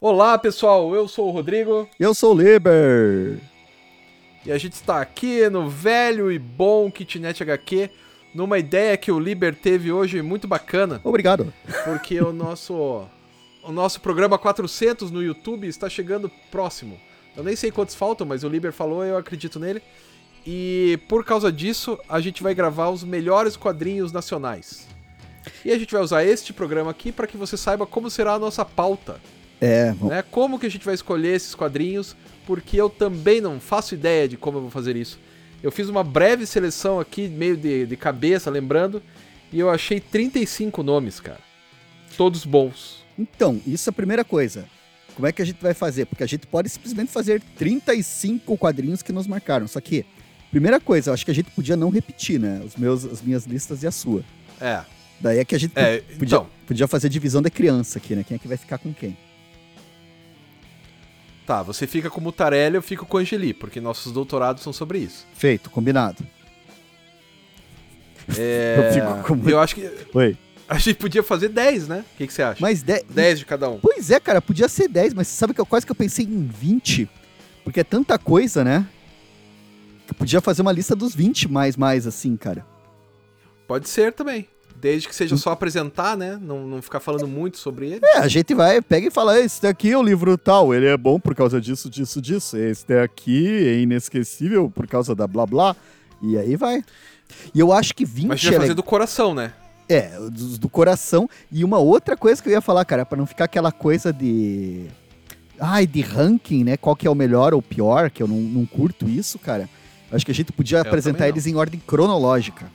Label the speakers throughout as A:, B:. A: Olá, pessoal. Eu sou o Rodrigo
B: Eu sou o Liber.
A: e a gente está aqui no velho e bom Kitnet HQ, numa ideia que o Liber teve hoje muito bacana,
B: Obrigado.
A: porque o nosso o nosso programa 400 no YouTube está chegando próximo. Eu nem sei quantos faltam, mas o Liber falou, eu acredito nele. E por causa disso, a gente vai gravar os melhores quadrinhos nacionais. E a gente vai usar este programa aqui para que você saiba como será a nossa pauta.
B: É, vamos-
A: né? Como que a gente vai escolher esses quadrinhos? Porque eu também não faço ideia de como eu vou fazer isso. Eu fiz uma breve seleção aqui, meio de, de cabeça, lembrando, e eu achei 35 nomes, cara. Todos bons.
B: então, isso é a primeira coisa. Como é que a gente vai fazer? Porque a gente pode simplesmente fazer 35 quadrinhos que nos marcaram. Só que, primeira coisa, eu acho que a gente podia não repetir, né? Os meus, as minhas listas e a sua.
A: É.
B: Daí é que a gente
A: É,
B: podia,
A: então.
B: podia fazer divisão da criança aqui, né? Quem é que vai ficar com quem?
A: Tá, você fica com o Mutarelli, eu fico com o Angeli, porque nossos doutorados são sobre isso.
B: Feito, combinado.
A: É,
B: É, Eu fico com-
A: Eu acho que
B: Oi.
A: a gente podia fazer 10, né? O que, que você acha?
B: Mas de...
A: 10 de cada um.
B: Pois é, cara, podia ser 10, mas sabe que eu quase que eu pensei em 20, porque é tanta coisa, né? Que eu podia fazer uma lista dos 20 mais mais assim, cara.
A: Pode ser também. Desde que seja só apresentar, né? Não, não ficar falando muito sobre ele.
B: É, a gente vai, pega e fala, esse daqui é o livro tal, ele é bom por causa disso, disso, disso. Esse daqui é inesquecível por causa da blá blá. E aí vai. E eu acho que 20
A: Mas a gente vai
B: é
A: fazer do coração, né?
B: É, dos- do coração. E uma outra coisa que eu ia falar, cara, pra não ficar aquela coisa de. Ai, de ranking, né? Qual que é o melhor ou pior, que eu não, não curto isso, cara. Acho que a gente podia apresentar
A: também não.
B: eles em ordem cronológica.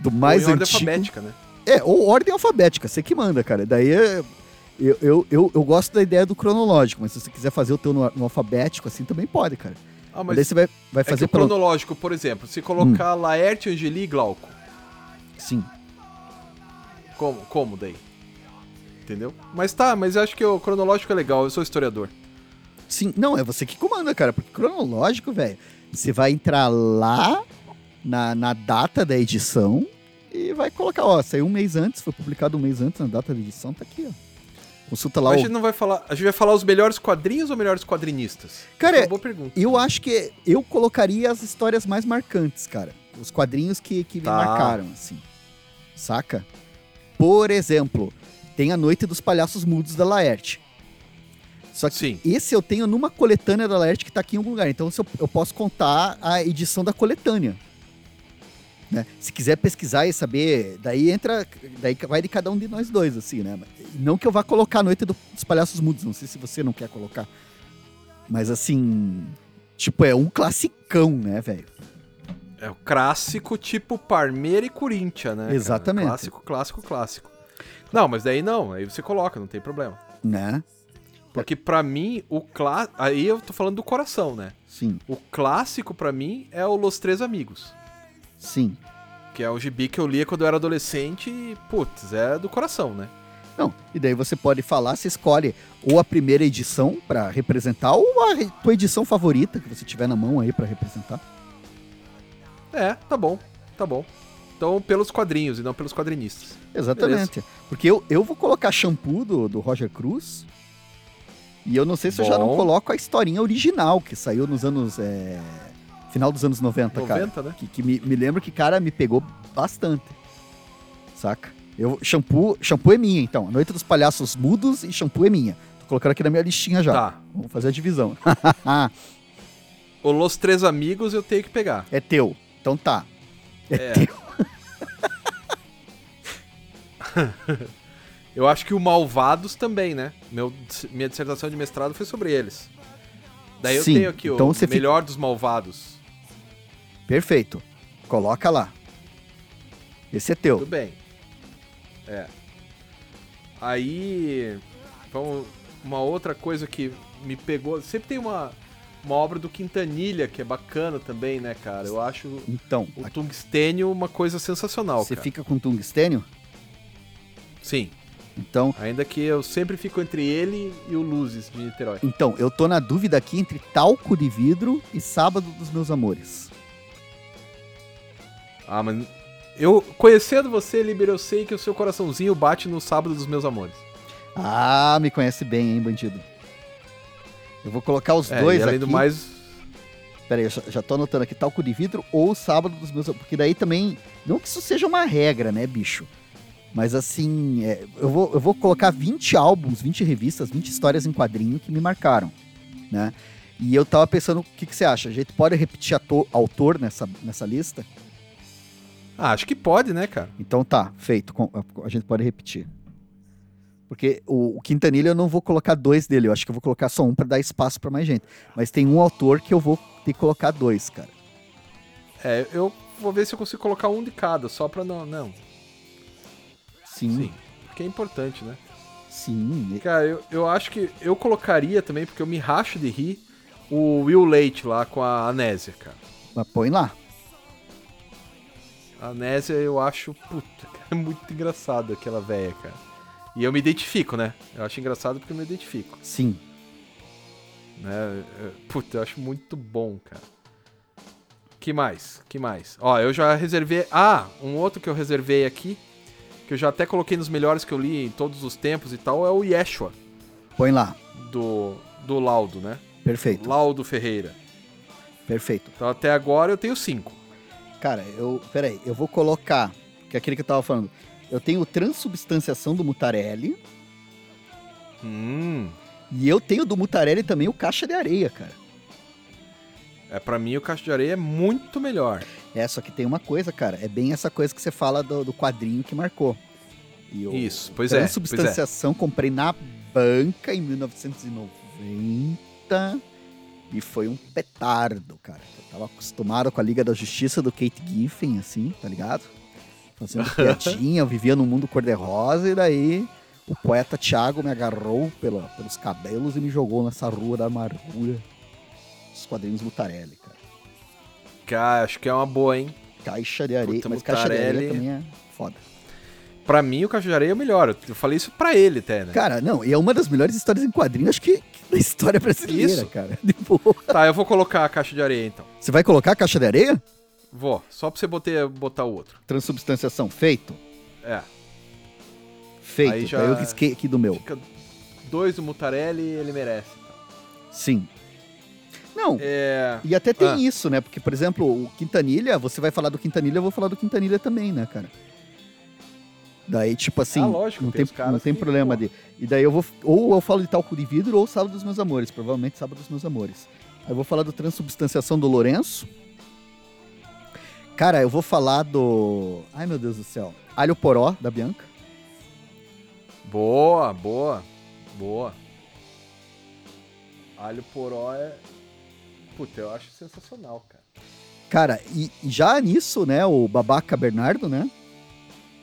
B: Do mais
A: Ou em ordem
B: antigo.
A: alfabética, né?
B: É, ou ordem alfabética, você que manda, cara. Daí é- eu, eu, eu, eu gosto da ideia do cronológico, mas se você quiser fazer o teu no, no alfabético, assim, também pode, cara.
A: Ah,
B: Mas
A: mas
B: daí você vai, vai
A: é que
B: fazer
A: o
B: Hum. pelo.
A: cronológico, por exemplo, se colocar Laerte, Angeli e Glauco,
B: Sim.
A: como, como daí? Entendeu? Mas tá, mas eu acho que o cronológico é legal, eu sou historiador.
B: Sim, não, é você que comanda, cara, porque cronológico, velho, você vai entrar lá na, na data da edição e vai colocar, ó, saiu um mês antes, foi publicado um mês antes, na data da edição, tá aqui, ó. Consulta lá
A: Mas a
B: o...
A: gente não vai falar. A gente vai falar os melhores quadrinhos ou melhores quadrinistas?
B: Cara,
A: Essa é uma boa pergunta.
B: Eu acho que eu colocaria as histórias mais marcantes, cara. Os quadrinhos que, que
A: Tá.
B: me marcaram, assim. Saca? Por exemplo, tem A Noite dos Palhaços Mudos da Laerte. Só que
A: Sim.
B: esse eu tenho numa coletânea da Laerte que tá aqui em algum lugar. Então se eu, eu posso contar a edição da coletânea. né? Se quiser pesquisar e saber, daí entra. Daí vai de cada um de nós dois, assim, né? Não que eu vá colocar a Noite do- dos Palhaços Mudos, não sei se você não quer colocar. Mas assim. Tipo, é um classicão, né, velho?
A: É o clássico tipo Parmeira e Corinthians, né? cara?
B: Exatamente.
A: Clássico, clássico, clássico. Não, mas daí não, aí você coloca, não tem problema.
B: Né?
A: Porque pra mim, o clássico. Aí eu tô falando do coração, né?
B: Sim,
A: O clássico pra mim é o Los Três Amigos.
B: sim.
A: Que é um gibi que eu lia quando eu era adolescente e, putz, é do coração, né?
B: Não, e daí você pode falar, você escolhe ou a primeira edição pra representar, ou a re- tua edição favorita que você tiver na mão aí pra representar.
A: É, tá bom, tá bom. Então, pelos quadrinhos e não pelos quadrinistas.
B: Exatamente. Porque eu, eu vou colocar shampoo do, do Roger Cruz. E eu não sei se eu já não
A: Bom.
B: coloco a historinha original que saiu nos anos. é, final dos anos 90, cara.
A: 90, né?
B: Que, que me, me lembro que, cara, me pegou bastante. Saca? Eu, shampoo, shampoo é minha, então. A Noite dos Palhaços Mudos e shampoo é minha. Tô colocando aqui na minha listinha já.
A: Tá.
B: Vamos fazer a divisão.
A: O Los Três Amigos eu tenho que pegar.
B: é teu. Então tá.
A: É. eu acho que o Malvados também, né? Meu, minha dissertação de mestrado foi sobre eles. Daí eu
B: Sim,
A: tenho aqui
B: então
A: o
B: você fica-
A: melhor dos malvados.
B: Perfeito. Coloca lá. Esse é teu.
A: Tudo bem. É. Aí. Vamos. Uma outra coisa que me pegou. Sempre tem uma, uma obra do Quintanilha que é bacana também, né, cara? Eu acho
B: Então,
A: o tungstênio uma coisa sensacional.
B: você
A: cara.
B: fica com tungstênio?
A: Sim.
B: Então,
A: Ainda que eu sempre fico entre ele e o Luzes de Niterói.
B: então, eu tô na dúvida aqui entre talco de vidro e sábado dos meus amores.
A: Ah, mas. Eu, conhecendo você, Liber, eu sei que o seu coraçãozinho bate no sábado dos meus amores.
B: Ah, me conhece bem, hein, bandido. Eu vou colocar os
A: É,
B: dois
A: e além
B: aqui.
A: do mais,
B: Pera aí, eu já, já tô anotando aqui, talco de vidro ou sábado dos meus... Porque daí também, não que isso seja uma regra, né, bicho? Mas assim, é, eu, vou, eu vou colocar 20 álbuns, 20 revistas, 20 histórias em quadrinho que me marcaram, né? E eu tava pensando, o que, que você acha? A gente pode repetir ato- autor nessa, nessa lista?
A: ah, acho que pode, né, cara?
B: Então tá, feito, com- a gente pode repetir. Porque o, o Quintanilha eu não vou colocar dois dele, eu acho que eu vou colocar só um pra dar espaço pra mais gente. Mas tem um autor que eu vou ter que colocar dois, cara.
A: É, eu vou ver se eu consigo colocar um de cada, só pra não. Não,
B: Sim.
A: sim. Porque é importante, né?
B: Sim,
A: Cara, eu, eu acho que eu colocaria também, porque eu me racho de rir, o Will Leite lá com a Anésia, cara.
B: mas põe lá.
A: A Anésia eu acho, puta, cara, é muito engraçado aquela véia, cara. E eu me identifico, né? Eu acho engraçado porque eu me identifico,
B: Sim.
A: né? Eu- Puta, eu acho muito bom, cara. Que mais? Que mais? Ó, eu já reservei. Ah, um outro que eu reservei aqui, que eu já até coloquei nos melhores que eu li em todos os tempos e tal, é o Yeshua,
B: Põe lá.
A: do, do Laudo, né?
B: Perfeito,
A: Laudo Ferreira.
B: perfeito.
A: Então até agora eu tenho cinco.
B: Cara, eu. Peraí, eu vou colocar. Que é aquele que eu tava falando. Eu tenho transubstanciação do Mutarelli.
A: Hum.
B: E eu tenho do Mutarelli também o Caixa de Areia, cara.
A: É, pra mim o Caixa de Areia é muito melhor.
B: É, só que tem uma coisa, cara. É bem essa coisa que você fala do, do quadrinho que marcou. E eu,
A: Isso, pois é. Pois é.
B: Transubstanciação comprei na banca em 1990 e foi um petardo, cara. Eu tava acostumado com a Liga da Justiça do Kate Giffen, assim, tá ligado? Fazendo piadinha, eu vivia num mundo cor-de-rosa e daí o poeta Thiago me agarrou pela, pelos cabelos e me jogou nessa rua da amargura. Os quadrinhos Lutarelli, cara.
A: Cara, acho que é uma boa, hein?
B: Caixa de areia,
A: Puta,
B: mas caixa de areia
A: Mutarelli.
B: também é foda.
A: Pra mim o Caixa de Areia é o melhor. Eu- Eu falei isso pra ele até, né?
B: Cara, não, e é uma das melhores histórias em quadrinho, acho que, que da história brasileira,
A: Isso.
B: cara. De boa.
A: Tá, eu vou colocar a Caixa de Areia então.
B: Você vai colocar a caixa de areia?
A: Vou, só pra você botar, botar o outro.
B: Transubstanciação, feito.
A: É.
B: Feito.
A: Aí
B: Daí
A: já-
B: eu risquei aqui do meu.
A: Fica dois do Mutarelli ele merece.
B: Sim. Não,
A: É.
B: e até tem
A: Ah.
B: isso, né? Porque, por exemplo, o Quintanilha, você vai falar do Quintanilha, eu vou falar do Quintanilha também, né, cara? Daí, tipo assim,
A: Ah, lógico,
B: não
A: tem
B: tem,
A: os caras
B: não tem
A: que,
B: problema
A: pô.
B: de. E daí eu vou. Ou eu falo de talco de vidro ou sábado dos meus amores. Provavelmente sábado dos meus amores. Aí eu vou falar do transubstanciação do Lourenço. Cara, eu vou falar do. Ai meu Deus do céu. Alho Poró, da Bianca.
A: Boa, boa. Boa. Alho poró é. Puta, eu acho sensacional, cara.
B: Cara, e e já nisso, né? O babaca Bernardo, né?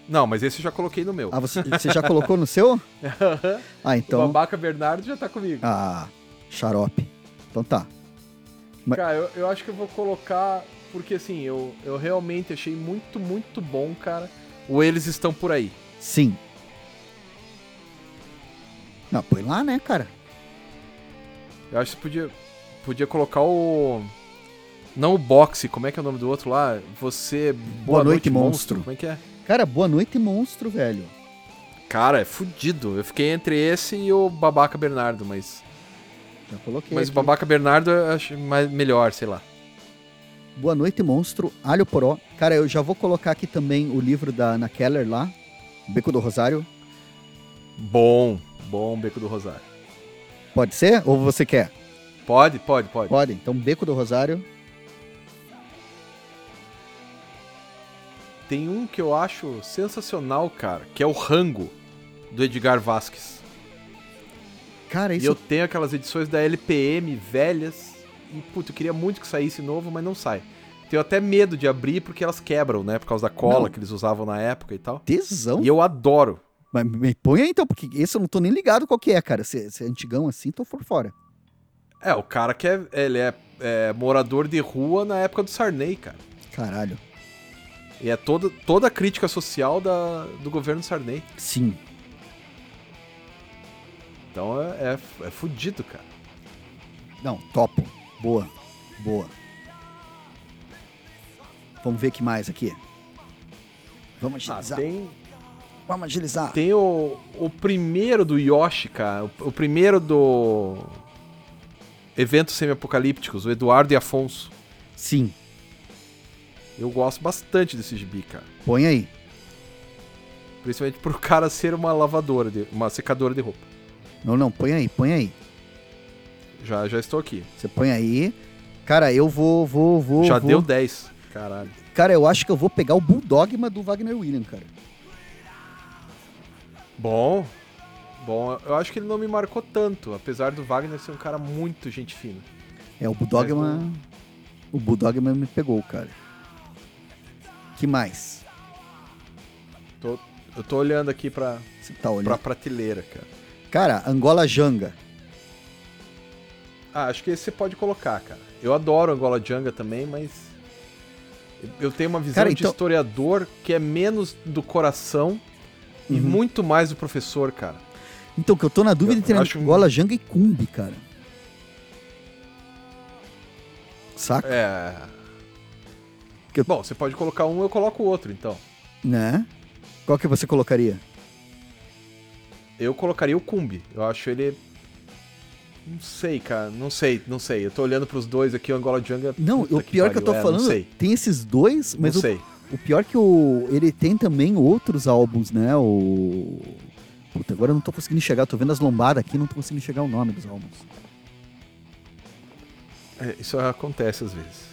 A: Não, mas esse eu já coloquei no meu.
B: Ah, você, você já colocou no seu? Ah,
A: O
B: então.
A: babaca Bernardo já tá comigo.
B: Ah, xarope. Então tá. Mas-
A: Cara, eu, eu acho que eu vou colocar, porque assim, eu, eu realmente achei muito, muito bom, cara, o Eles Estão Por Aí.
B: Sim. Não, põe lá, né, cara?
A: Eu acho que você podia, podia colocar o... Não o Boxe, como é que é o nome do outro lá? Você... Boa, Noite,
B: Noite, Monstro.
A: Monstro. Como é que é?
B: Cara, boa noite, monstro, velho.
A: Cara, é fudido. Eu fiquei entre esse e o Babaca Bernardo, mas...
B: Já coloquei.
A: Mas o
B: aqui.
A: Babaca Bernardo eu acho mais, melhor, sei lá.
B: Boa noite, monstro. Alho Poró. Cara, eu já vou colocar aqui também o livro da Ana Keller lá. Beco do Rosário.
A: Bom, bom Beco do Rosário.
B: Pode ser? Ou você quer?
A: Pode, pode, pode.
B: Pode. Então, Beco do Rosário.
A: Tem um que eu acho sensacional, cara, que é o Rango, do Edgar Vasquez.
B: Cara,
A: E
B: isso. é um
A: eu tenho aquelas edições da LPM velhas. E, puta, eu queria muito que saísse novo, mas não sai. Tenho até medo de abrir porque elas quebram, né? Por causa da cola
B: Não.
A: que eles usavam na época e tal.
B: Tesão.
A: E eu adoro.
B: Mas me põe aí então, porque esse eu não tô nem ligado qual que é, cara. Se, se é antigão assim, tô por fora.
A: É, o cara que é, ele é, é morador de rua na época do Sarney, cara.
B: Caralho.
A: E é toda, toda a crítica social da, do governo Sarney.
B: Sim.
A: Então é, é, é fudido, cara.
B: Não, topo. Boa. Boa. Vamos ver o que mais aqui. Vamos
A: Ah,
B: agilizar.
A: tem,
B: Vamos agilizar.
A: Tem o, o primeiro do Yoshi, cara. O, o primeiro do. Eventos semi-apocalípticos, o Eduardo e Afonso.
B: Sim,
A: Eu gosto bastante desse gibi, cara.
B: põe aí.
A: Principalmente pro cara ser uma lavadora, de, uma secadora de roupa.
B: Não, não, põe aí, põe aí.
A: Já, já estou aqui.
B: Você põe aí. Cara, eu vou, vou, vou.
A: já
B: vou-
A: deu 10. Caralho.
B: Cara, eu acho que eu vou pegar o Bulldogma do Wagner William, cara.
A: Bom. Bom, eu acho que ele não me marcou tanto, apesar do Wagner ser um cara muito gente fina.
B: É, o Bulldogma. O Bulldogma me pegou, cara. Que mais?
A: Eu tô olhando aqui pra,
B: Você tá
A: pra
B: olhando?
A: prateleira, cara.
B: Cara, Angola Janga.
A: Ah, acho que esse você pode colocar, cara. Eu adoro Angola Djanga também, mas. Eu tenho uma visão
B: Cara,
A: de
B: então-
A: historiador que é menos do coração e
B: Uhum.
A: muito mais do professor, cara.
B: Então, que eu tô na dúvida
A: Eu
B: entre
A: acho um-
B: Angola Janga e Cumbi, cara. Saca?
A: É.
B: Que-
A: Bom, você pode colocar um, eu coloco o outro, então.
B: Né? Qual que você colocaria?
A: Eu colocaria o Kumbi. Eu acho ele. Não sei, cara. Não sei, não sei. Eu tô olhando pros dois aqui, o Angola Djanga.
B: Não,
A: puta
B: o pior que,
A: pariu,
B: eu tô
A: é,
B: falando,
A: Não sei.
B: tem esses dois, mas
A: não
B: o,
A: sei.
B: o pior que o, ele tem também outros álbuns, né? O. Puta, agora eu não tô conseguindo enxergar, eu tô vendo as lombadas aqui, não tô conseguindo enxergar o nome dos álbuns.
A: É, isso acontece às vezes.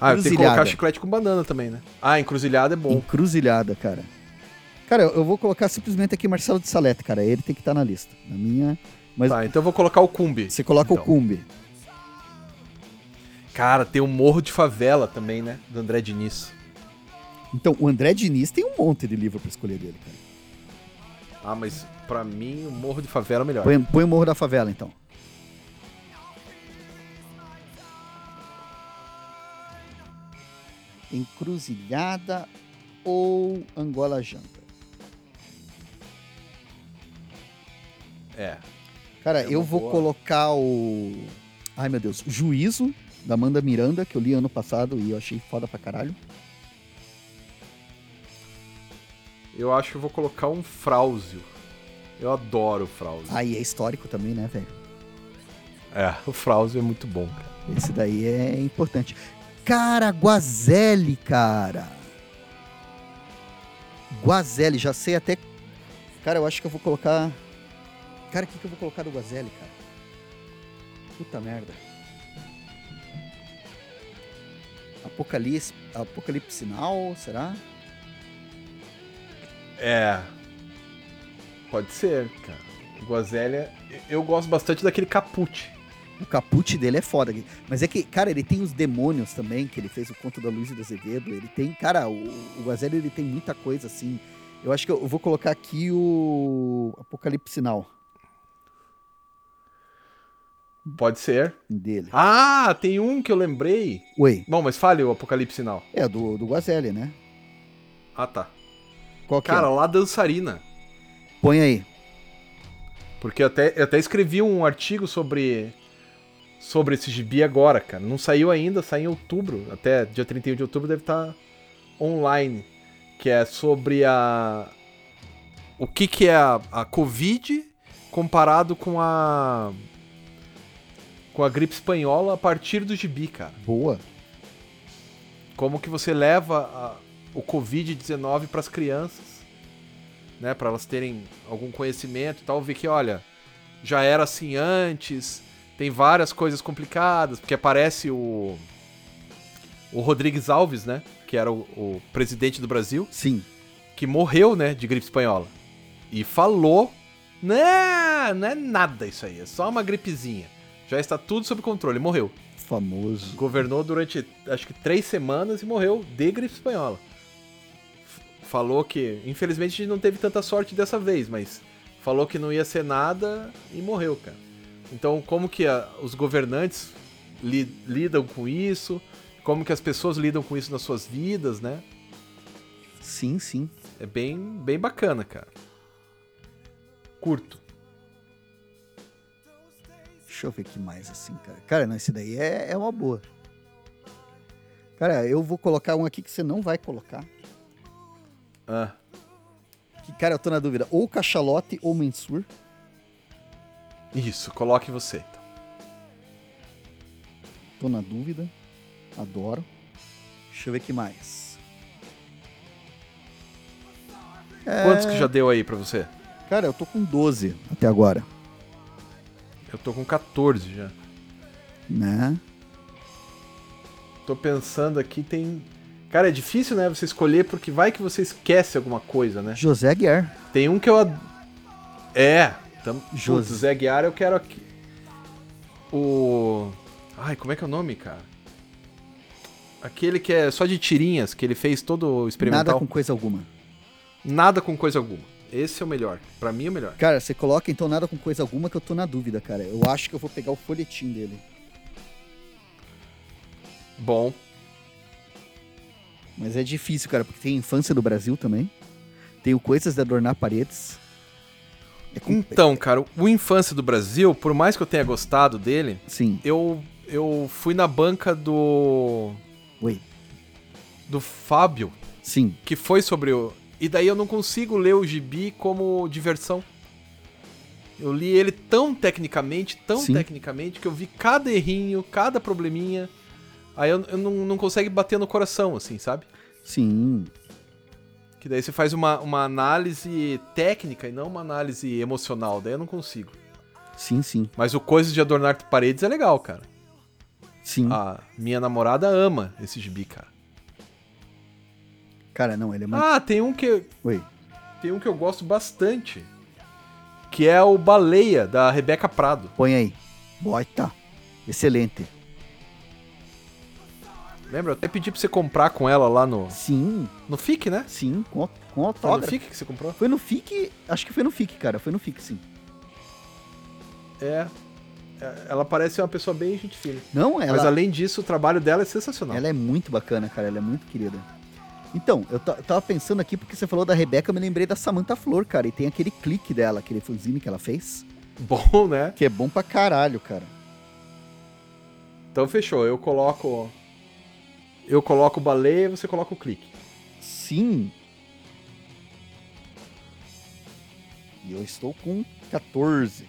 A: Ah, tem que
B: Encruzilhada.
A: colocar chiclete com banana também, né? Ah, encruzilhada é bom.
B: Encruzilhada, cara. Cara, eu- eu vou colocar simplesmente aqui Marcelo de Salete, cara. Ele tem que estar na lista. Na minha. Mas
A: Tá, então eu vou colocar o Kumbi.
B: você coloca
A: Então.
B: o Cumbi.
A: Cara, tem o Morro de Favela também, né? Do André Diniz.
B: Então, o André Diniz tem um monte de livro pra escolher dele, cara.
A: Ah, mas pra mim o Morro de Favela é o melhor.
B: Põe, põe o Morro da Favela, então. Encruzilhada ou Angola Janga?
A: É.
B: Cara,
A: É uma
B: eu vou
A: boa.
B: colocar o. Ai, meu Deus. Juízo, da Amanda Miranda, que eu li ano passado e eu achei foda pra caralho.
A: Eu acho que eu vou colocar um Frauzio. Eu adoro o Frauzio.
B: Aí é histórico também, né, velho?
A: É, o Frauzio é muito bom, cara.
B: Esse daí é importante. Cara, Guazelli, cara. Guazelli, já sei até. Cara, eu acho que eu vou colocar. Cara, o que, que eu vou colocar do Guazelli, cara? Puta merda. Apocalipse, Apocalipse Sinal, será?
A: É. Pode ser, cara. O Guazelli, eu gosto bastante daquele caput.
B: O caput dele é foda. Mas é que, cara, ele tem os demônios também, que ele fez o conto da Luz de Azevedo. Ele tem, cara, o, o Guazelli, ele tem muita coisa assim. Eu acho que eu vou colocar aqui o Apocalipse Sinal
A: Pode ser.
B: dele.
A: Ah, tem um que eu lembrei.
B: Oi.
A: Bom, mas fale o Apocalipse Sinal.
B: É, do, do Guazelli, né?
A: Ah, tá.
B: Qual que
A: Cara,
B: é?
A: lá dançarina.
B: Põe aí.
A: Porque eu até, eu até escrevi um artigo sobre sobre esse gibi agora, cara. Não saiu ainda, sai em outubro. Até dia 31 de outubro deve estar online. Que é sobre a. O que, que é a, a Covid comparado com a. com a gripe espanhola a partir do gibi, cara.
B: Boa.
A: Como que você leva a- o Covid-19 para as crianças, né? Para elas terem algum conhecimento e tal, ver que, olha, já era assim antes, tem várias coisas complicadas, porque aparece o, o Rodrigues Alves, né? Que era o, o presidente do Brasil,
B: Sim.
A: que morreu, né, de gripe espanhola. E falou, né, não é nada isso aí, é só uma gripezinha. Já está tudo sob controle, morreu
B: Famoso.
A: governou durante acho que três semanas e morreu de gripe espanhola. F- Falou que, infelizmente, a gente não teve tanta sorte dessa vez, mas falou que não ia ser nada e morreu, cara. Então, como que a- os governantes li- lidam com isso? Como que as pessoas lidam com isso nas suas vidas, né?
B: Sim, sim.
A: É bem, bem bacana, cara. Curto.
B: Deixa eu ver que mais assim, cara. Cara, não, esse daí é, é uma boa. Cara, eu vou colocar um aqui que você não vai colocar.
A: Ah,
B: Que, cara, eu tô na dúvida. Ou Cachalote ou Mansur.
A: isso, coloque você. então.
B: Tô na dúvida. Adoro. Deixa eu ver que mais.
A: Quantos que já deu aí pra você?
B: Cara, eu tô com 12 até agora,
A: Eu tô com 14 já.
B: né?
A: Tô pensando aqui, tem. Cara, é difícil, né? Você escolher, porque vai que você esquece alguma coisa, né?
B: José Aguiar.
A: Tem um que eu. ad- É. Tam...
B: José.
A: José Zé Guiar, eu quero aqui. O. Ai, como é que é o nome, cara? Aquele que é só de tirinhas, que ele fez todo o
B: Nada
A: experimental.
B: com coisa alguma.
A: Nada com coisa alguma. Esse é o melhor. Pra mim é o melhor.
B: Cara, você coloca então nada com coisa alguma que eu tô na dúvida, cara. Eu acho que eu vou pegar o folhetim dele.
A: Bom.
B: Mas é difícil, cara, porque tem Infância do Brasil também. Tem o Coisas de Adornar Paredes. É com...
A: Então, cara, o Infância do Brasil, por mais que eu tenha gostado dele,
B: Sim.
A: eu, eu fui na banca do.
B: Oi.
A: do Fábio,
B: Sim.
A: que foi sobre o. E daí eu não consigo ler o gibi como diversão. Eu li ele tão tecnicamente, tão
B: Sim.
A: tecnicamente, que eu vi cada errinho, cada probleminha. Aí eu, eu não, não consegue bater no coração, assim, sabe?
B: Sim.
A: Que daí você faz uma, uma análise técnica e não uma análise emocional. Daí eu não consigo.
B: Sim, sim.
A: Mas o Coisas de Adornar Paredes é legal, cara.
B: Sim.
A: A minha namorada ama esse gibi, cara.
B: Cara, não, ele é mais.
A: Ah, tem um que,
B: Oi.
A: tem um que eu gosto bastante. Que é o Baleia, da Rebeca Prado.
B: Põe aí. Bota. Excelente.
A: Lembra? Eu até pedi pra você comprar com ela lá no.
B: Sim,
A: No FIC, né?
B: sim, com, com
A: Foi no
B: autógrafo.
A: FIC que você comprou?
B: Foi no FIC, acho que foi no FIC, cara. Foi no FIC, sim.
A: É. É, Ela parece uma pessoa bem gente fina.
B: Não, ela,
A: Mas além disso, o trabalho dela é sensacional.
B: ela é muito bacana, cara. Ela é muito querida. Então, eu, ta- eu tava pensando aqui, porque você falou da Rebeca, eu me lembrei da Samantha Flor, cara. E tem aquele clique dela, aquele fanzine que ela fez.
A: Bom, né?
B: Que é bom pra caralho, cara.
A: Então fechou. Eu coloco. Eu coloco o baleia e você coloca o clique.
B: Sim. E eu estou com 14.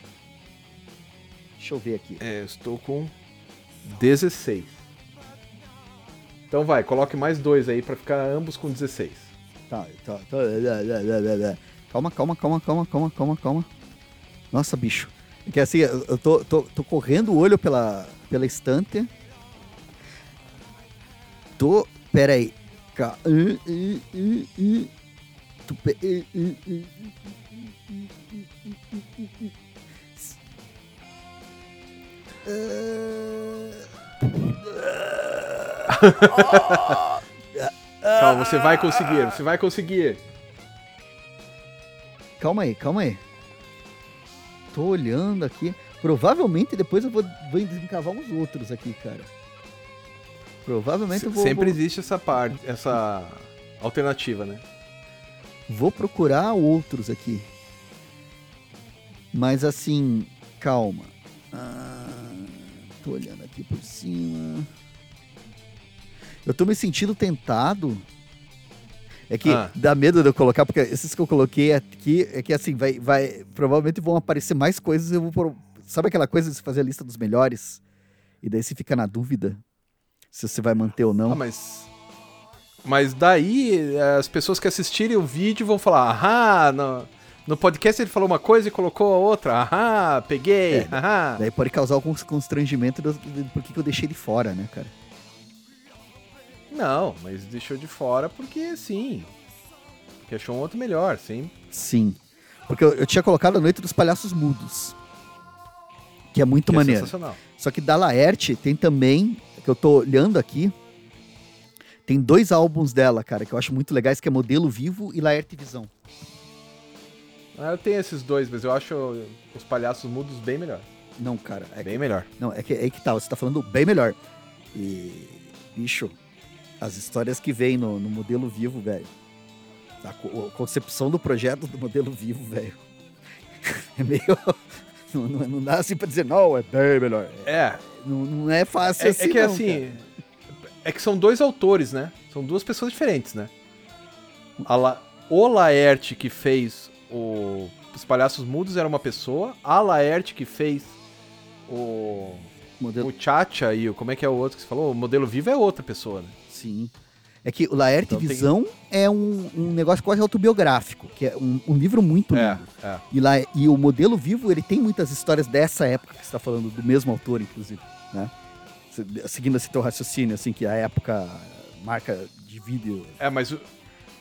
B: Deixa eu ver aqui.
A: É, eu estou com 16. Então vai, coloque mais dois aí pra ficar ambos com 16.
B: Tá, tá, tá, lá, lá, lá, lá, lá. é, Calma, calma, calma, calma, calma, calma, calma. Nossa, bicho. É que assim, eu eu tô, tô, tô correndo o olho pela, pela estante. Tô. Pera aí. Ca- hum, hum, hum, hum. Tô pe- hum, hum, hum, hum, hum, hum, hum, hum, hum, hum. eh,
A: Calma, você vai conseguir, você vai conseguir.
B: Calma aí, calma aí. Tô olhando aqui. Provavelmente depois eu vou, vou desencavar uns outros aqui, cara. Provavelmente eu vou,
A: Sempre
B: vou,
A: existe essa parte, essa alternativa, né?
B: vou procurar outros aqui. Mas assim, calma. Ah, tô olhando aqui por cima. Eu tô me sentindo tentado. É que
A: Ah.
B: dá medo de eu colocar, porque esses que eu coloquei aqui, é que assim, vai, vai, provavelmente vão aparecer mais coisas. Eu vou por- sabe aquela coisa de você fazer a lista dos melhores? E daí você fica na dúvida se você vai manter ou
A: Ah,
B: não.
A: mas. Mas daí eh, as pessoas que assistirem o vídeo vão falar: ahá, no, no podcast ele falou uma coisa e colocou a outra, ahá, peguei,
B: É,
A: ahá.
B: Daí pode causar algum constrangimento do, do- porque que eu deixei ele fora, né, cara?
A: Não, mas deixou de fora porque sim. Porque achou um outro melhor, sim.
B: Sim. Porque eu, eu tinha colocado a Noite dos Palhaços Mudos. Que é muito
A: que é
B: maneiro.
A: sensacional.
B: Só que da Laerte tem também, que eu tô olhando aqui, tem dois álbuns dela, cara, que eu acho muito legais, que é Modelo Vivo e Laerte Visão.
A: Ah, eu tenho esses dois, mas eu acho os palhaços mudos bem melhor.
B: Não, cara, é,
A: Bem melhor.
B: não, é que, é que tá, você tá falando bem melhor. E, bicho, as histórias que vem no, no Modelo Vivo, velho. A, co- a concepção do projeto do Modelo Vivo, velho. É meio... Não, não, não dá assim pra dizer, não, é bem melhor.
A: É,
B: Não, não é fácil
A: é,
B: assim,
A: é que
B: não, cara.
A: assim. É que são dois autores, né? São duas pessoas diferentes, né? A, La- o Laerte que fez o- os Palhaços Mudos era uma pessoa, a Laerte que fez o,
B: Modelo,
A: o Chacha e o. Como é que é o outro que você falou? O modelo vivo é outra pessoa, né?
B: sim. É que o Laerte
A: Então tem-
B: Visão é um, um negócio quase autobiográfico, que é um, um livro muito lindo.
A: É, é.
B: E, lá, e o modelo vivo, ele tem muitas histórias dessa época que você está falando, do mesmo autor, inclusive, né? Se- Seguindo esse teu raciocínio, assim, que a época marca de vídeo.
A: É, mas o,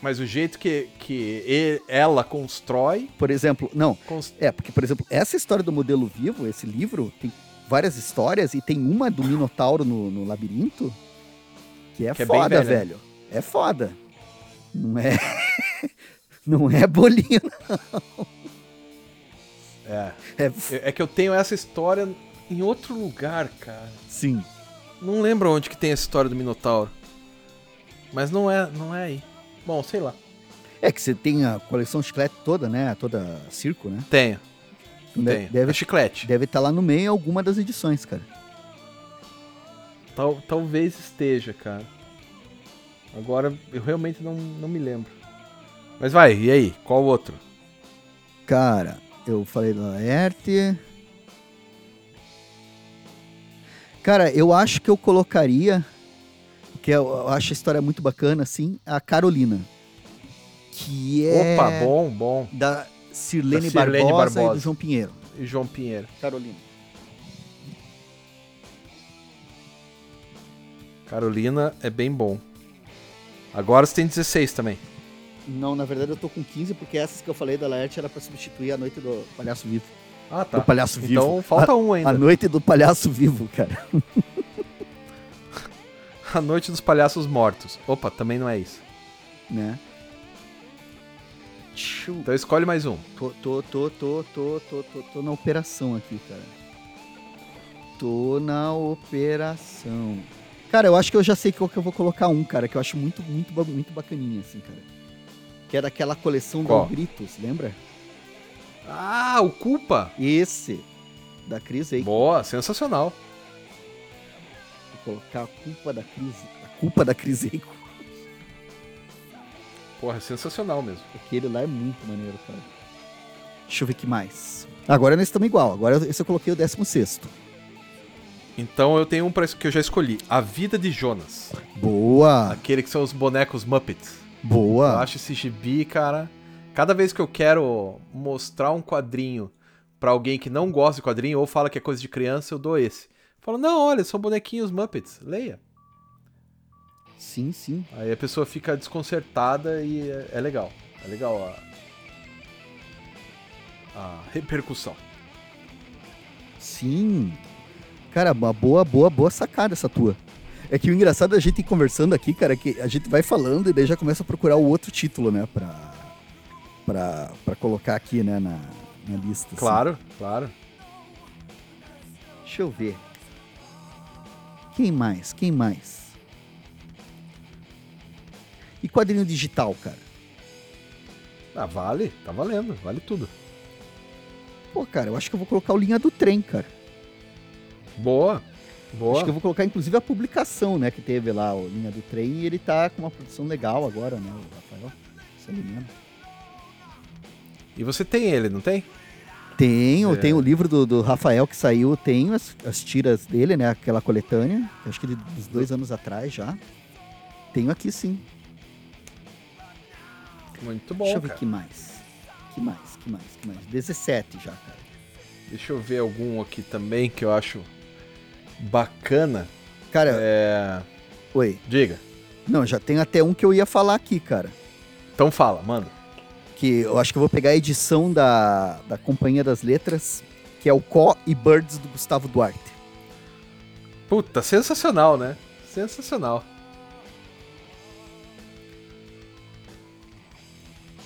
A: mas o jeito que, que e- ela constrói.
B: Por exemplo, não,
A: cons-
B: é, porque, por exemplo, essa história do modelo vivo, esse livro, tem várias histórias e tem uma do Minotauro no, no labirinto que é
A: Que é bem
B: foda,
A: velha.
B: velho. É foda. Não é... não é bolinho,
A: É.
B: é...
A: É que eu tenho essa história em outro lugar, cara.
B: Sim.
A: Não lembro onde que tem essa história do Minotauro. Mas não é, não é aí. Bom, sei lá.
B: É que você tem a coleção chiclete toda, né? Toda circo, né?
A: Tenho,
B: Então
A: tenho.
B: Deve,
A: É chiclete.
B: Deve estar lá no meio em alguma das edições, cara.
A: Tal- talvez esteja, cara. Agora eu realmente não, não me lembro. Mas vai, e aí? Qual o outro?
B: Cara, eu falei da Laerte. Cara, eu acho que eu colocaria, que eu eu acho a história muito bacana, assim, a Carolina. Que é
A: Opa, bom, bom.
B: da Sirlene,
A: Da Sirlene
B: Barbosa, e
A: Barbosa.
B: do João Pinheiro.
A: E João Pinheiro.
B: Carolina.
A: Carolina é bem bom. Agora você tem 16 também.
B: Não, na verdade eu tô com 15, porque essas que eu falei da Laerte era pra substituir a noite do Palhaço Vivo.
A: Ah, tá.
B: Do Palhaço Vivo.
A: Então falta um ainda.
B: A noite do Palhaço Vivo, cara.
A: A Noite dos Palhaços Mortos. Opa, também não é isso.
B: Né? Tchu.
A: Então escolhe mais um.
B: Tô, tô, tô, tô, tô, tô, tô, tô na operação aqui, cara. Tô na operação. Cara, eu acho que eu já sei qual que eu vou colocar um, cara, que eu acho muito, muito, ba- muito bacaninha, assim, cara. Que é daquela coleção
A: Qual?
B: do Gritos, lembra?
A: Ah, o Culpa.
B: Esse, da Cris aí.
A: Boa, sensacional.
B: Vou colocar a culpa da Cris. A culpa da Cris Eiko.
A: Porra, é sensacional mesmo.
B: Aquele lá é muito maneiro, cara. Deixa eu ver o que mais. Agora nós estamos igual. Agora esse eu coloquei o 16.
A: Então eu tenho um pra, que eu já escolhi. A Vida de Jonas.
B: Boa,
A: Aquele que são os bonecos Muppets. Eu
B: boa.
A: acho esse gibi, cara. Cada vez que eu quero mostrar um quadrinho pra alguém que não gosta de quadrinho ou fala que é coisa de criança, eu dou esse. Falo, não, olha, são bonequinhos Muppets. Leia.
B: Sim, sim.
A: Aí a pessoa fica desconcertada e é, é legal. É legal a, a repercussão.
B: Sim. Cara, uma boa, boa, boa sacada essa tua. É que o engraçado é a gente ir conversando aqui, cara, que a gente vai falando e daí já começa a procurar o outro título, né, pra, pra, pra colocar aqui, né, na, na lista. assim.
A: Claro, claro.
B: Deixa eu ver. Quem mais? Quem mais? E quadrinho digital, cara?
A: Ah, vale, tá valendo, vale tudo.
B: Pô, cara, eu acho que eu vou colocar o Linha do Trem, cara.
A: Boa, boa.
B: Acho que eu vou colocar, inclusive, a publicação, né, que teve lá, o Linha do Trem, e ele tá com uma produção legal agora, né, o Rafael. Se ele lembra.
A: E você tem ele, não tem?
B: Tenho,
A: É.
B: tem o livro do, do Rafael que saiu, tenho as, as tiras dele, né? Aquela coletânea, que acho que de, dos dois anos atrás já. Tenho aqui sim.
A: Muito bom,
B: Deixa eu ver
A: cara.
B: que mais. Que mais, que mais, que mais. 17 já, cara.
A: Deixa eu ver algum aqui também que eu acho bacana.
B: Cara,
A: É...
B: oi.
A: Diga.
B: Não, já tem até um que eu ia falar aqui, cara.
A: Então fala, mano.
B: Que eu acho que eu vou pegar a edição da, da Companhia das Letras, que é o Có e Birds do Gustavo Duarte.
A: Puta, sensacional, né? Sensacional.